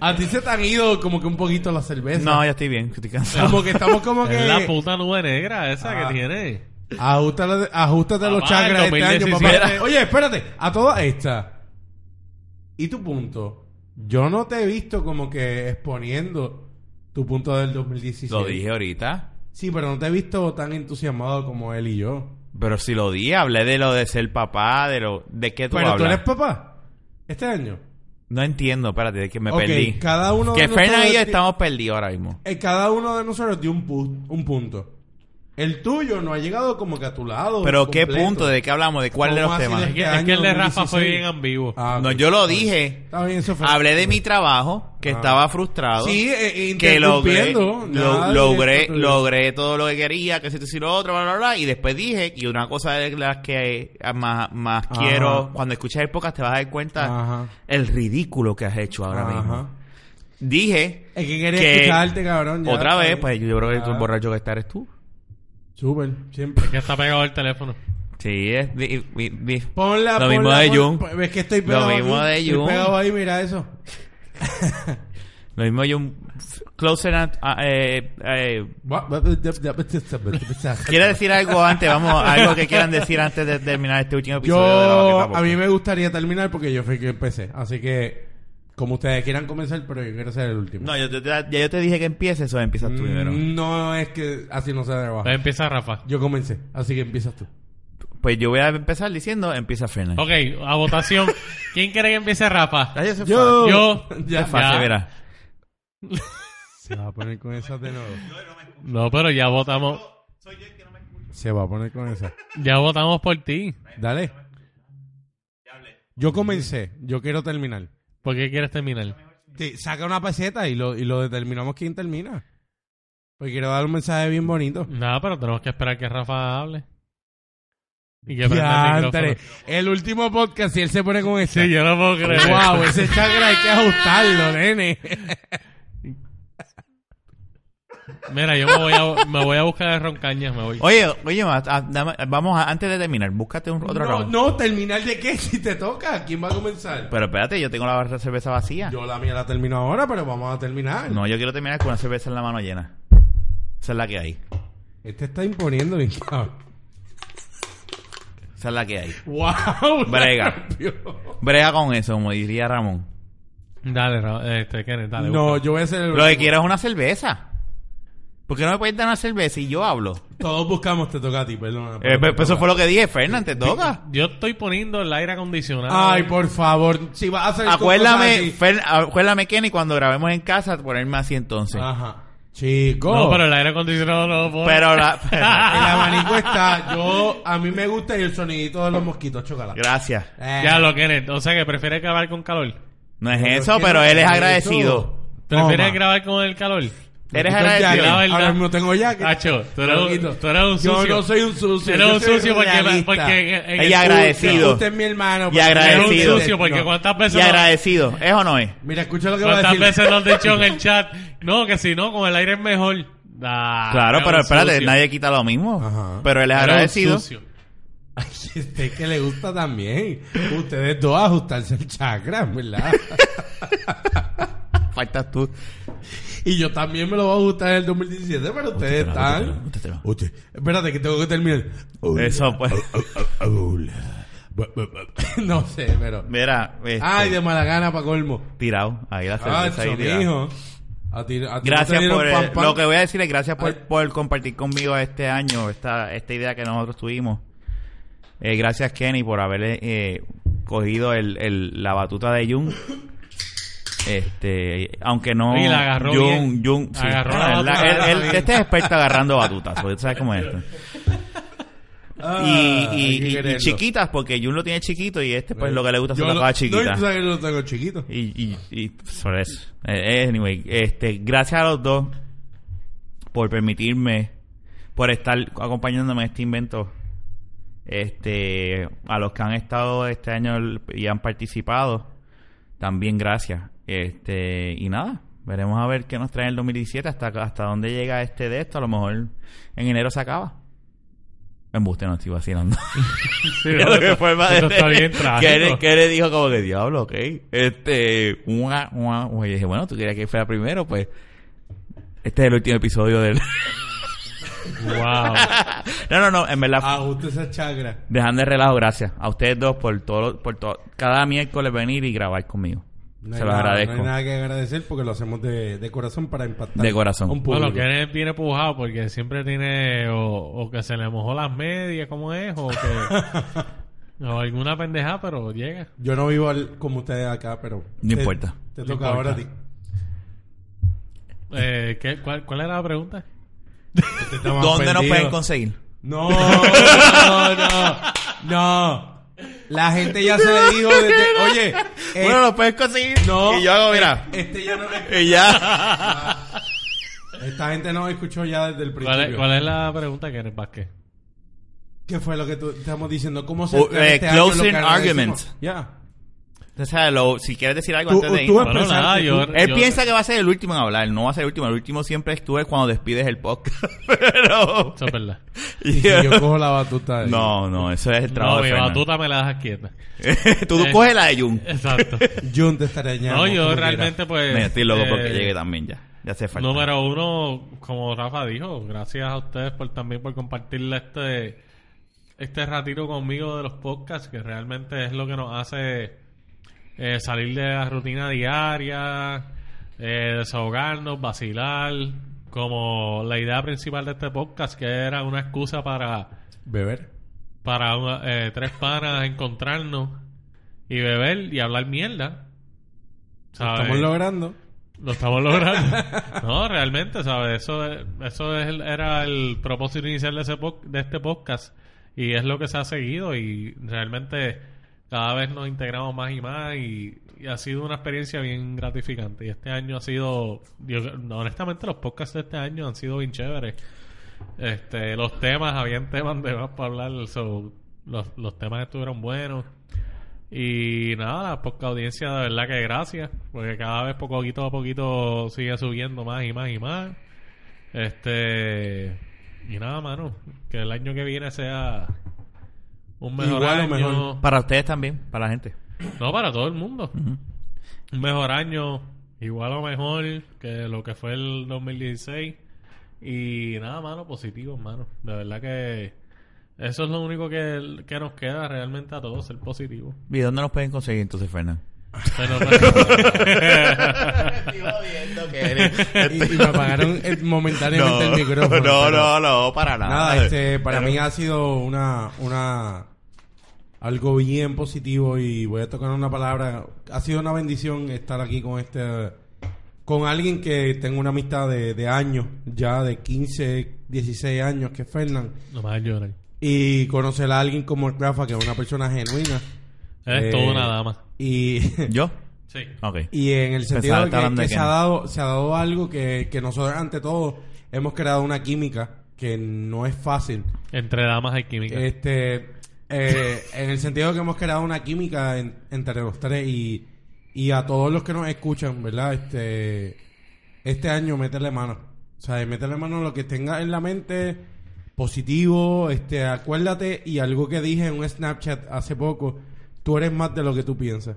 Speaker 3: A ti se te han ido como que un poquito la cerveza.
Speaker 1: no, ya estoy bien, estoy cansado.
Speaker 3: Como que estamos como que...
Speaker 2: Es la puta nube negra esa
Speaker 3: Ah.
Speaker 2: que tiene.
Speaker 3: Ajustale- ajustate los
Speaker 2: Papá,
Speaker 3: chakras
Speaker 2: el
Speaker 3: este año,
Speaker 2: 2017.
Speaker 3: papá. Oye, espérate, a toda esta. ¿Y tu punto? Yo no te he visto como que exponiendo tu punto del 2017.
Speaker 1: Lo dije ahorita.
Speaker 3: Sí, pero no te he visto tan entusiasmado como él y yo.
Speaker 1: Pero si lo di, hablé de lo de ser papá, de lo... ¿De qué tú
Speaker 3: pero tú
Speaker 1: hablas?
Speaker 3: eres papá este año.
Speaker 1: No entiendo, espérate, de que me
Speaker 3: Ok,
Speaker 1: perdí.
Speaker 3: cada uno de
Speaker 1: que
Speaker 3: nosotros
Speaker 1: Fernan y yo
Speaker 3: ti-
Speaker 1: estamos perdidos ahora mismo.
Speaker 3: Eh, cada uno de nosotros dio un, pu- un punto. El tuyo no ha llegado como que a tu lado.
Speaker 1: Pero qué
Speaker 3: completo.
Speaker 1: punto, de qué hablamos, de cuál de
Speaker 3: ¿Cómo
Speaker 1: los
Speaker 3: así
Speaker 1: temas.
Speaker 3: de
Speaker 2: Es que,
Speaker 3: Este
Speaker 2: es que el de
Speaker 3: año
Speaker 2: Rafa fue
Speaker 3: 16.
Speaker 2: bien ambiguo.
Speaker 3: Ah,
Speaker 1: No,
Speaker 3: ok.
Speaker 1: yo lo
Speaker 3: Está bien.
Speaker 1: dije.
Speaker 3: Está bien, eso fue-
Speaker 1: Hablé de mi trabajo, que
Speaker 3: Ah.
Speaker 1: estaba frustrado.
Speaker 3: Sí, eh, eh,
Speaker 1: que logré,
Speaker 3: interrumpiendo,
Speaker 1: lo-
Speaker 3: nada de
Speaker 1: logré,
Speaker 3: esto, tú-
Speaker 1: logré todo lo que quería, que si te lo otro, bla, bla, bla. Y después dije, y una cosa de las que eh, más, más
Speaker 3: Ajá.
Speaker 1: quiero, cuando escuchas el podcast te vas a dar cuenta
Speaker 3: Ajá.
Speaker 1: el ridículo que has hecho ahora
Speaker 3: Ajá.
Speaker 1: mismo. Dije,
Speaker 3: Es que quería
Speaker 1: que-
Speaker 3: escucharte, cabrón. ya,
Speaker 1: otra
Speaker 3: está
Speaker 1: vez,
Speaker 3: bien.
Speaker 1: pues yo creo que tú el
Speaker 3: Ah,
Speaker 1: borracho que estar eres tú.
Speaker 3: Súper, siempre.
Speaker 2: Ya está pegado el teléfono.
Speaker 1: Sí, es... di- di- di-
Speaker 3: Ponla,
Speaker 1: Lo mismo
Speaker 3: ponla,
Speaker 1: de
Speaker 3: ponla.
Speaker 1: Jun.
Speaker 3: Ves que estoy
Speaker 1: Lo
Speaker 3: pegado
Speaker 1: mismo
Speaker 3: aquí,
Speaker 1: de
Speaker 3: estoy
Speaker 1: Jun.
Speaker 3: pegado ahí, mira eso.
Speaker 1: lo mismo yo... un- Closer... a- a- eh, eh, ¿Quieres decir algo antes? Vamos, algo que quieran decir antes de terminar este último episodio de la
Speaker 3: Yo,
Speaker 1: Baqueta Pop.
Speaker 3: a mí me gustaría terminar porque yo fui que empecé. Así que, como ustedes quieran comenzar, pero yo quiero ser el último.
Speaker 1: No, yo te, ya yo te dije que empieces o empiezas tú primero.
Speaker 3: Mm. No es que así no se trabaja.
Speaker 2: Entonces empieza Rafa.
Speaker 3: Yo comencé, así que empiezas tú.
Speaker 1: Pues yo voy a empezar diciendo, empieza Fernández.
Speaker 2: Ok, a votación. ¿Quién quiere que empiece Rafa?
Speaker 1: Ah, ya se
Speaker 3: Yo-
Speaker 1: fue.
Speaker 2: Yo.
Speaker 3: Ya.
Speaker 1: Es fácil,
Speaker 2: Ya.
Speaker 1: mira.
Speaker 3: Se va a poner con esas de nuevo.
Speaker 2: No, pero ya votamos.
Speaker 3: Se va a poner con esas.
Speaker 2: Ya votamos por ti.
Speaker 3: Dale. Yo comencé, yo quiero terminar.
Speaker 2: ¿Por qué quieres terminar?
Speaker 3: Te- saca una peseta y lo, y lo determinamos quién termina. Porque quiero dar un mensaje bien bonito.
Speaker 2: Nada, pero tenemos que esperar que Rafa hable. Y que prenda el
Speaker 3: Diantre,
Speaker 2: micrófono.
Speaker 3: el último podcast y él se pone con ese.
Speaker 2: Sí, yo no puedo creer.
Speaker 3: Wow, ese chakra hay que ajustarlo, nene.
Speaker 2: Mira, yo me voy a, me voy a buscar a Roncañas, me voy.
Speaker 1: Oye, oye, ma, ah, dame- vamos a- antes de terminar, búscate un, otro
Speaker 3: No,
Speaker 1: round.
Speaker 3: no, terminar de qué si te toca. ¿Quién va a comenzar?
Speaker 1: Pero espérate, yo tengo la barra de cerveza vacía.
Speaker 3: Yo la mía la termino ahora, pero vamos a terminar.
Speaker 1: No, yo quiero terminar con una cerveza en la mano llena. Esa es la que hay.
Speaker 3: Este está imponiendo bien cabrón.
Speaker 1: Esa es la que hay.
Speaker 3: Wow.
Speaker 1: Brega. Brega con eso, como diría Ramón.
Speaker 2: Dale, Ra- este, Kenneth, dale.
Speaker 3: No,
Speaker 2: busca.
Speaker 3: yo voy a hacer el
Speaker 1: Lo que quiero es una cerveza. ¿Por qué no me puedes dar una cerveza y yo hablo?
Speaker 3: Todos buscamos, te toca a ti, perdona.
Speaker 1: Eh, pues, eso fue lo que dije, Fernan, te toca.
Speaker 2: Yo estoy poniendo el aire acondicionado.
Speaker 3: Ay, por favor, si vas a hacer con
Speaker 1: Acuérdame,
Speaker 3: cosas
Speaker 1: Fer, acuérdame, Kenny, cuando grabemos en casa, ponerme así entonces.
Speaker 3: así. Ajá. Chico.
Speaker 2: No, pero el aire acondicionado no lo puedo.
Speaker 1: Pero la...
Speaker 3: El abanico está, yo, a mí me gusta y el sonidito de los mosquitos, chocala.
Speaker 1: Gracias.
Speaker 3: Eh,
Speaker 2: Ya lo, Kenneth. O sea, que prefieres grabar con calor.
Speaker 1: No es
Speaker 3: pero
Speaker 1: eso,
Speaker 3: que
Speaker 1: pero
Speaker 3: no
Speaker 1: él es
Speaker 3: eso.
Speaker 1: agradecido.
Speaker 2: ¿Prefieres
Speaker 3: Toma.
Speaker 2: grabar con el calor?
Speaker 1: Eres
Speaker 3: Entonces,
Speaker 1: agradecido.
Speaker 3: ya,
Speaker 2: La verdad.
Speaker 3: Ahora mismo tengo ya que...
Speaker 2: Hacho, tú eres un-
Speaker 3: Loquito.
Speaker 2: tú eres un
Speaker 3: Yo
Speaker 2: sucio.
Speaker 3: no soy un sucio.
Speaker 2: Eres
Speaker 3: yo
Speaker 2: un
Speaker 3: soy
Speaker 2: sucio porque,
Speaker 3: realista.
Speaker 2: porque en
Speaker 1: Ella
Speaker 2: el-
Speaker 1: agradecido.
Speaker 3: Usted es mi hermano.
Speaker 1: Y agradecido.
Speaker 2: Eres un sucio porque cuántas veces
Speaker 1: Y
Speaker 2: no-
Speaker 1: agradecido. ¿Es o no es?
Speaker 3: Mira, escucha lo que va a
Speaker 2: ¿Cuántas
Speaker 3: decir.
Speaker 2: veces nos han dicho en el chat? No, que si no, con el aire es mejor. Ah,
Speaker 1: Claro,
Speaker 2: eres
Speaker 1: pero
Speaker 2: un
Speaker 1: espérate,
Speaker 2: sucio.
Speaker 1: nadie quita lo mismo.
Speaker 3: Ajá.
Speaker 1: Pero él es
Speaker 2: Eres un
Speaker 1: agradecido.
Speaker 2: sucio.
Speaker 3: Ay, este que le gusta también. Ustedes dos ajustarse el chakra, ¿verdad?
Speaker 1: Faltas tú.
Speaker 3: y yo también me lo voy a ajustar en el 2017, pero ustedes
Speaker 1: Útetelo,
Speaker 3: están...
Speaker 1: útetelo, útetelo.
Speaker 3: Usted- Espérate que tengo que terminar. Hola,
Speaker 1: Eso, pues.
Speaker 3: hola. Bu- bu- bu- no sé, pero...
Speaker 1: Mira, este,
Speaker 3: Ay, Ah, de mala gana para colmo.
Speaker 1: tirado. Ahí la cerveza.
Speaker 3: Acho,
Speaker 1: ahí tirado.
Speaker 3: mijo. A ti- a ti no te
Speaker 1: Gracias
Speaker 3: dieron
Speaker 1: por el-
Speaker 3: pan, pan.
Speaker 1: lo que voy a decir es gracias por,
Speaker 3: Ay.
Speaker 1: por compartir conmigo este año esta esta idea que nosotros tuvimos. Eh, gracias Kenny por haber eh, cogido el, el- la batuta de Jun. Este, aunque no
Speaker 2: Oye, la agarró
Speaker 1: Jun,
Speaker 2: bien.
Speaker 1: Jun, sí.
Speaker 2: Agarró la
Speaker 1: Ah,
Speaker 2: batuta,
Speaker 1: él-
Speaker 2: la agarró
Speaker 1: él-
Speaker 2: bien.
Speaker 1: este es experto agarrando batutas, porque tú sabes cómo es esto.
Speaker 3: Ah,
Speaker 1: Y, y-
Speaker 3: hay que
Speaker 1: y- y
Speaker 3: quererlo.
Speaker 1: chiquitas, porque Jun lo tiene chiquito y este pues lo que le gusta
Speaker 3: Yo
Speaker 1: son las
Speaker 3: lo-
Speaker 1: cosas
Speaker 3: No, y
Speaker 1: chiquitas.
Speaker 3: tú sabes que lo tengo chiquito.
Speaker 1: Y, y, y sobre eso. Eh, Anyway, este, gracias a los dos por permitirme, por estar acompañándome en este invento. Este, a los que han estado este año el- y han participado, también gracias. Este, y nada, veremos a ver qué nos trae el 2017, hasta, hasta dónde llega este de esto. A lo mejor en enero se acaba. Embuste, no estoy vacilando.
Speaker 2: Sí,
Speaker 1: Mira
Speaker 2: no,
Speaker 1: lo que
Speaker 2: eso-
Speaker 1: fue madre.
Speaker 2: eso está bien
Speaker 1: que,
Speaker 2: trágico.
Speaker 1: le, que le dijo como que diablo, ok. Este, una, una, una. Y dije, bueno, tú querías que fuera primero, pues. Este es el último episodio del.
Speaker 2: Wow.
Speaker 1: no, no, no, en verdad.
Speaker 3: Ajuste esa chakra.
Speaker 1: Dejando el relajo, gracias a ustedes dos por todo, por todo, cada miércoles venir y grabar conmigo.
Speaker 3: No hay
Speaker 1: Se lo
Speaker 3: nada-
Speaker 1: agradezco.
Speaker 3: No hay nada que agradecer porque lo hacemos de, de corazón para impactar.
Speaker 1: De corazón.
Speaker 3: a Un público.
Speaker 2: Bueno, Kenneth viene pujado porque siempre tiene o, o que se le mojó las medias, como es, o que... o alguna pendeja, pero llega.
Speaker 3: Yo no vivo al- como ustedes acá, pero.
Speaker 1: No
Speaker 3: te-
Speaker 1: importa.
Speaker 3: Te
Speaker 2: No
Speaker 3: toca ahora a ti.
Speaker 2: Eh, ¿qué- cuál, cuál era la pregunta?
Speaker 3: Este está más
Speaker 1: ¿Dónde nos
Speaker 3: ofendido.
Speaker 1: pueden conseguir?
Speaker 3: No, no, no, no. La gente ya se le dijo desde- oye, eh,
Speaker 1: bueno, lo puedes conseguir.
Speaker 3: no.
Speaker 1: Y yo hago, mira.
Speaker 3: este ya no le-
Speaker 1: Y ya.
Speaker 3: Esta gente no escuchó ya desde el principio.
Speaker 2: ¿Cuál es, cuál es la pregunta que eres Vázquez?
Speaker 3: ¿Qué fue lo que tú estamos diciendo? ¿Cómo se
Speaker 1: Uh, eh,
Speaker 3: año lo
Speaker 1: closing
Speaker 3: que agradecimos?
Speaker 1: argument.
Speaker 3: Ya.
Speaker 1: O sea, lo- si quieres decir algo
Speaker 3: Tú-
Speaker 1: antes de
Speaker 3: tú
Speaker 1: irnos.
Speaker 3: Bueno,
Speaker 2: Bueno, nada,
Speaker 3: que
Speaker 2: yo...
Speaker 3: tú-
Speaker 1: Él
Speaker 2: yo-
Speaker 1: piensa que va a ser el último en hablar, no va a ser el último. El último siempre es tú es cuando despides el podcast. Pero.
Speaker 2: Eso es verdad.
Speaker 3: Y yo cojo la batuta de
Speaker 1: No, no, eso es el trabajo.
Speaker 2: No,
Speaker 1: de
Speaker 2: mi
Speaker 1: Fernan.
Speaker 2: batuta me la dejas quieta.
Speaker 1: tú
Speaker 2: Eh.
Speaker 1: coges la de Jun.
Speaker 2: Exacto.
Speaker 3: Jun te estaré
Speaker 2: no,
Speaker 3: añadiendo,
Speaker 2: yo
Speaker 3: como
Speaker 2: realmente pues...
Speaker 1: Mira, estoy loco
Speaker 2: eh,
Speaker 1: porque llegue también ya. Ya hace falta.
Speaker 2: Número uno, como Rafa dijo, gracias a ustedes por también por compartir este, este ratito conmigo de los podcasts, que realmente es lo que nos hace eh, salir de la rutina diaria, eh, desahogarnos, vacilar, como la idea principal de este podcast, que era una excusa para,
Speaker 3: quieras. beber.
Speaker 2: para una- eh, tres panas encontrarnos y beber y hablar mierda. ¿Sabes?
Speaker 3: Estamos logrando.
Speaker 2: Lo estamos logrando. No, realmente, ¿sabes? Eso, es- eso es el- era el propósito inicial de, ese po- de este podcast y es lo que se ha seguido y realmente cada vez nos integramos más y más y, y ha sido una experiencia bien gratificante. Y este año ha sido, yo- honestamente los podcasts de este año han sido bien chéveres. Este, los temas, habían temas de más para hablar, so, los, los temas estuvieron buenos. Y nada, la poca audiencia, de verdad que gracias, porque cada vez poquito a poquito sigue subiendo más y más y más. Este. Y nada, mano, que el año que viene sea un mejor
Speaker 3: Igual o
Speaker 2: año.
Speaker 3: mejor.
Speaker 1: Para ustedes también, para la gente.
Speaker 2: No, para todo el mundo. Un mejor año, igual o mejor que lo que fue el 2016. Y nada, mano, positivo, mano. De verdad que eso es lo único que, que nos queda realmente a todos, ser positivo.
Speaker 1: ¿Y dónde nos pueden conseguir entonces, Fernán?
Speaker 2: Pero, pero-
Speaker 3: Y, y me apagaron eh, momentáneamente el micrófono.
Speaker 1: no,
Speaker 3: pero-
Speaker 1: no, no, para nada.
Speaker 3: Nada, este, para mí ha sido una, una, algo bien positivo y voy a tocar una palabra. Ha sido una bendición estar aquí con este, con alguien que tengo una amistad de, de años, ya de 15, 16 años, que es Fernán.
Speaker 2: no me hagas llorar.
Speaker 3: Y conocer a alguien como el Rafa, que es una persona genuina.
Speaker 2: Eres
Speaker 3: Eh,
Speaker 2: toda una dama.
Speaker 3: Y,
Speaker 1: ¿Yo?
Speaker 2: Sí.
Speaker 1: Ok.
Speaker 3: y en el sentido
Speaker 1: Pensaba que
Speaker 3: de que,
Speaker 1: estaban de
Speaker 3: que se,
Speaker 1: Kenny.
Speaker 3: ha dado, se ha dado algo que, que nosotros, ante todo, hemos creado una química que no es fácil.
Speaker 2: Entre damas hay química.
Speaker 3: Este, eh, en el sentido de que hemos creado una química en- entre los tres y, y a todos los que nos escuchan, ¿verdad? Este, este año meterle mano. O sea, meterle mano a lo que tenga en la mente positivo, este, acuérdate y algo que dije en un Snapchat hace poco, tú eres más de lo que tú piensas.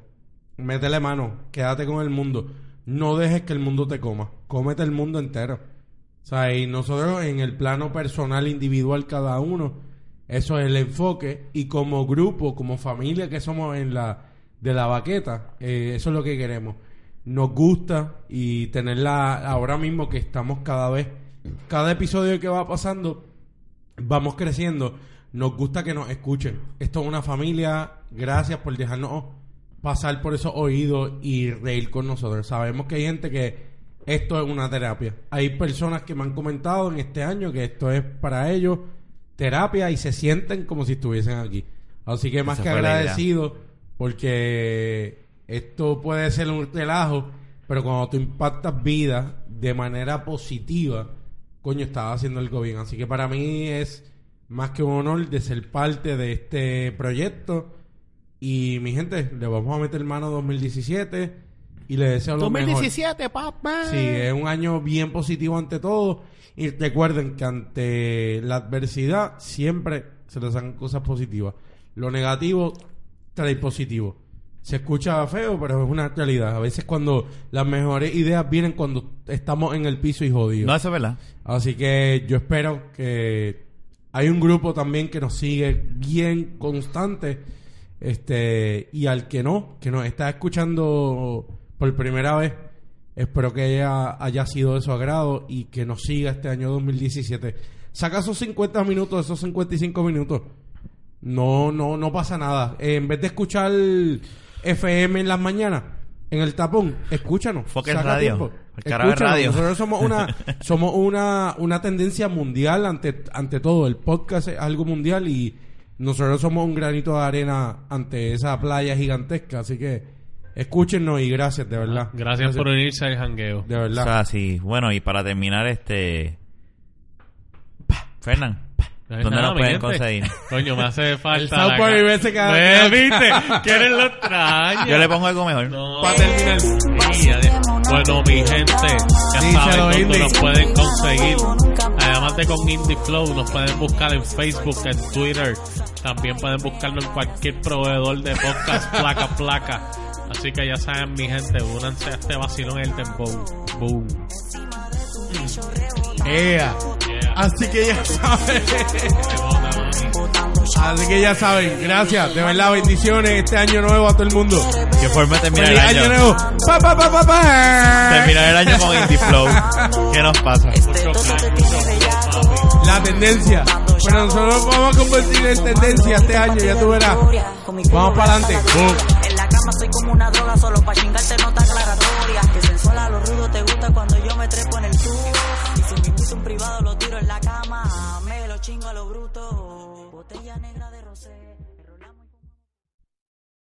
Speaker 3: Métele mano, quédate con el mundo. No dejes que el mundo te coma. Cómete el mundo entero. O sea, y nosotros en el plano personal, individual, cada uno, eso es el enfoque. Y como grupo, como familia que somos en la de la baqueta, eh, eso es lo que queremos. Nos gusta y tenerla ahora mismo que estamos cada vez, cada episodio que va pasando, vamos creciendo. Nos gusta que nos escuchen. Esto es una familia. Gracias por dejarnos pasar por esos oídos y reír con nosotros. Sabemos que hay gente que esto es una terapia. Hay personas que me han comentado en este año que esto es para ellos terapia y se sienten como si estuviesen aquí. Así que más
Speaker 1: Esa
Speaker 3: que
Speaker 1: fue la idea.
Speaker 3: agradecido porque esto puede ser un relajo, pero cuando tú impactas vidas de manera positiva, coño, estaba haciendo algo bien. Así que para mí es más que un honor de ser parte de este proyecto. Y mi gente, le vamos a meter mano 2017 y le deseo lo mejor.
Speaker 1: 2017, papá.
Speaker 3: Sí, es un año bien positivo ante todo. Y recuerden que ante la adversidad siempre se les dan cosas positivas. Lo negativo trae positivo. Se escucha feo, pero es una realidad. A veces cuando las mejores ideas vienen cuando estamos en el piso y jodidos.
Speaker 1: No, eso es verdad.
Speaker 3: Así que yo espero que hay un grupo también que nos sigue bien constante. Este, y al que no, que nos está escuchando por primera vez, espero que haya, haya sido de su agrado y que nos siga este año 2017. Saca esos 50 minutos, esos 55 minutos. No, no, no pasa nada. Eh, en vez de escuchar FM en las mañanas, En el tapón, escúchanos.
Speaker 1: Foque
Speaker 3: saca
Speaker 1: radio.
Speaker 3: tiempo,
Speaker 1: El carajo de
Speaker 3: escúchanos.
Speaker 1: radio.
Speaker 3: Nosotros somos una somos una, una tendencia mundial ante ante todo. El podcast es algo mundial y nosotros somos un granito de arena ante esa playa gigantesca. Así que escúchenos y gracias, de verdad.
Speaker 2: Gracias por unirse al jangueo.
Speaker 3: De
Speaker 1: O
Speaker 3: verdad.
Speaker 1: sea, sí. Bueno, y para terminar, este. Pa, Fernan, pa,
Speaker 2: No es
Speaker 1: ¿dónde
Speaker 2: nada,
Speaker 1: nos
Speaker 2: mi
Speaker 1: pueden
Speaker 2: gente.
Speaker 1: conseguir?
Speaker 2: Coño, me hace
Speaker 3: El
Speaker 2: falta.
Speaker 3: South
Speaker 2: la
Speaker 3: Park
Speaker 2: ca-
Speaker 3: y ves que-
Speaker 2: Pues, ¿Viste? ¿Quiénes lo extraña?
Speaker 1: Yo le pongo algo mejor.
Speaker 2: No. Para terminar. Sí, ya de- Bueno, mi gente, ya
Speaker 3: Díselo,
Speaker 2: saben dónde
Speaker 3: Indy.
Speaker 2: nos pueden conseguir. Además de con Indie Flow, nos pueden buscar en Facebook, en Twitter. También pueden buscarnos en cualquier proveedor de podcast, placa, placa. Así que ya saben, mi gente, únanse a este vacilón el tempo. Boom.
Speaker 3: Ea. Así que ya saben. Así que ya saben. Gracias. De verdad, bendiciones. Este año nuevo a todo el mundo.
Speaker 1: ¿Qué forma de terminar el
Speaker 3: Feliz año
Speaker 1: año?
Speaker 3: nuevo. Pa, pa, pa, pa, pa.
Speaker 1: Terminar el año con Indie Flow. ¿Qué nos pasa?
Speaker 4: Este
Speaker 2: Mucho flash, mucho flash, papi.
Speaker 3: La tendencia. Bueno, nosotros vamos a convertir en tendencia este año. Ya tú verás. Vamos para adelante.
Speaker 4: En la cama soy como una droga, solo pa' chingarte no está aclaratoria. Que sensual a lo rudo te gusta cuando yo me trepo en el tubo. Y si me gusta un privado lo tiro en la cama, me lo chingo a lo bruto. Botella negra de rosé.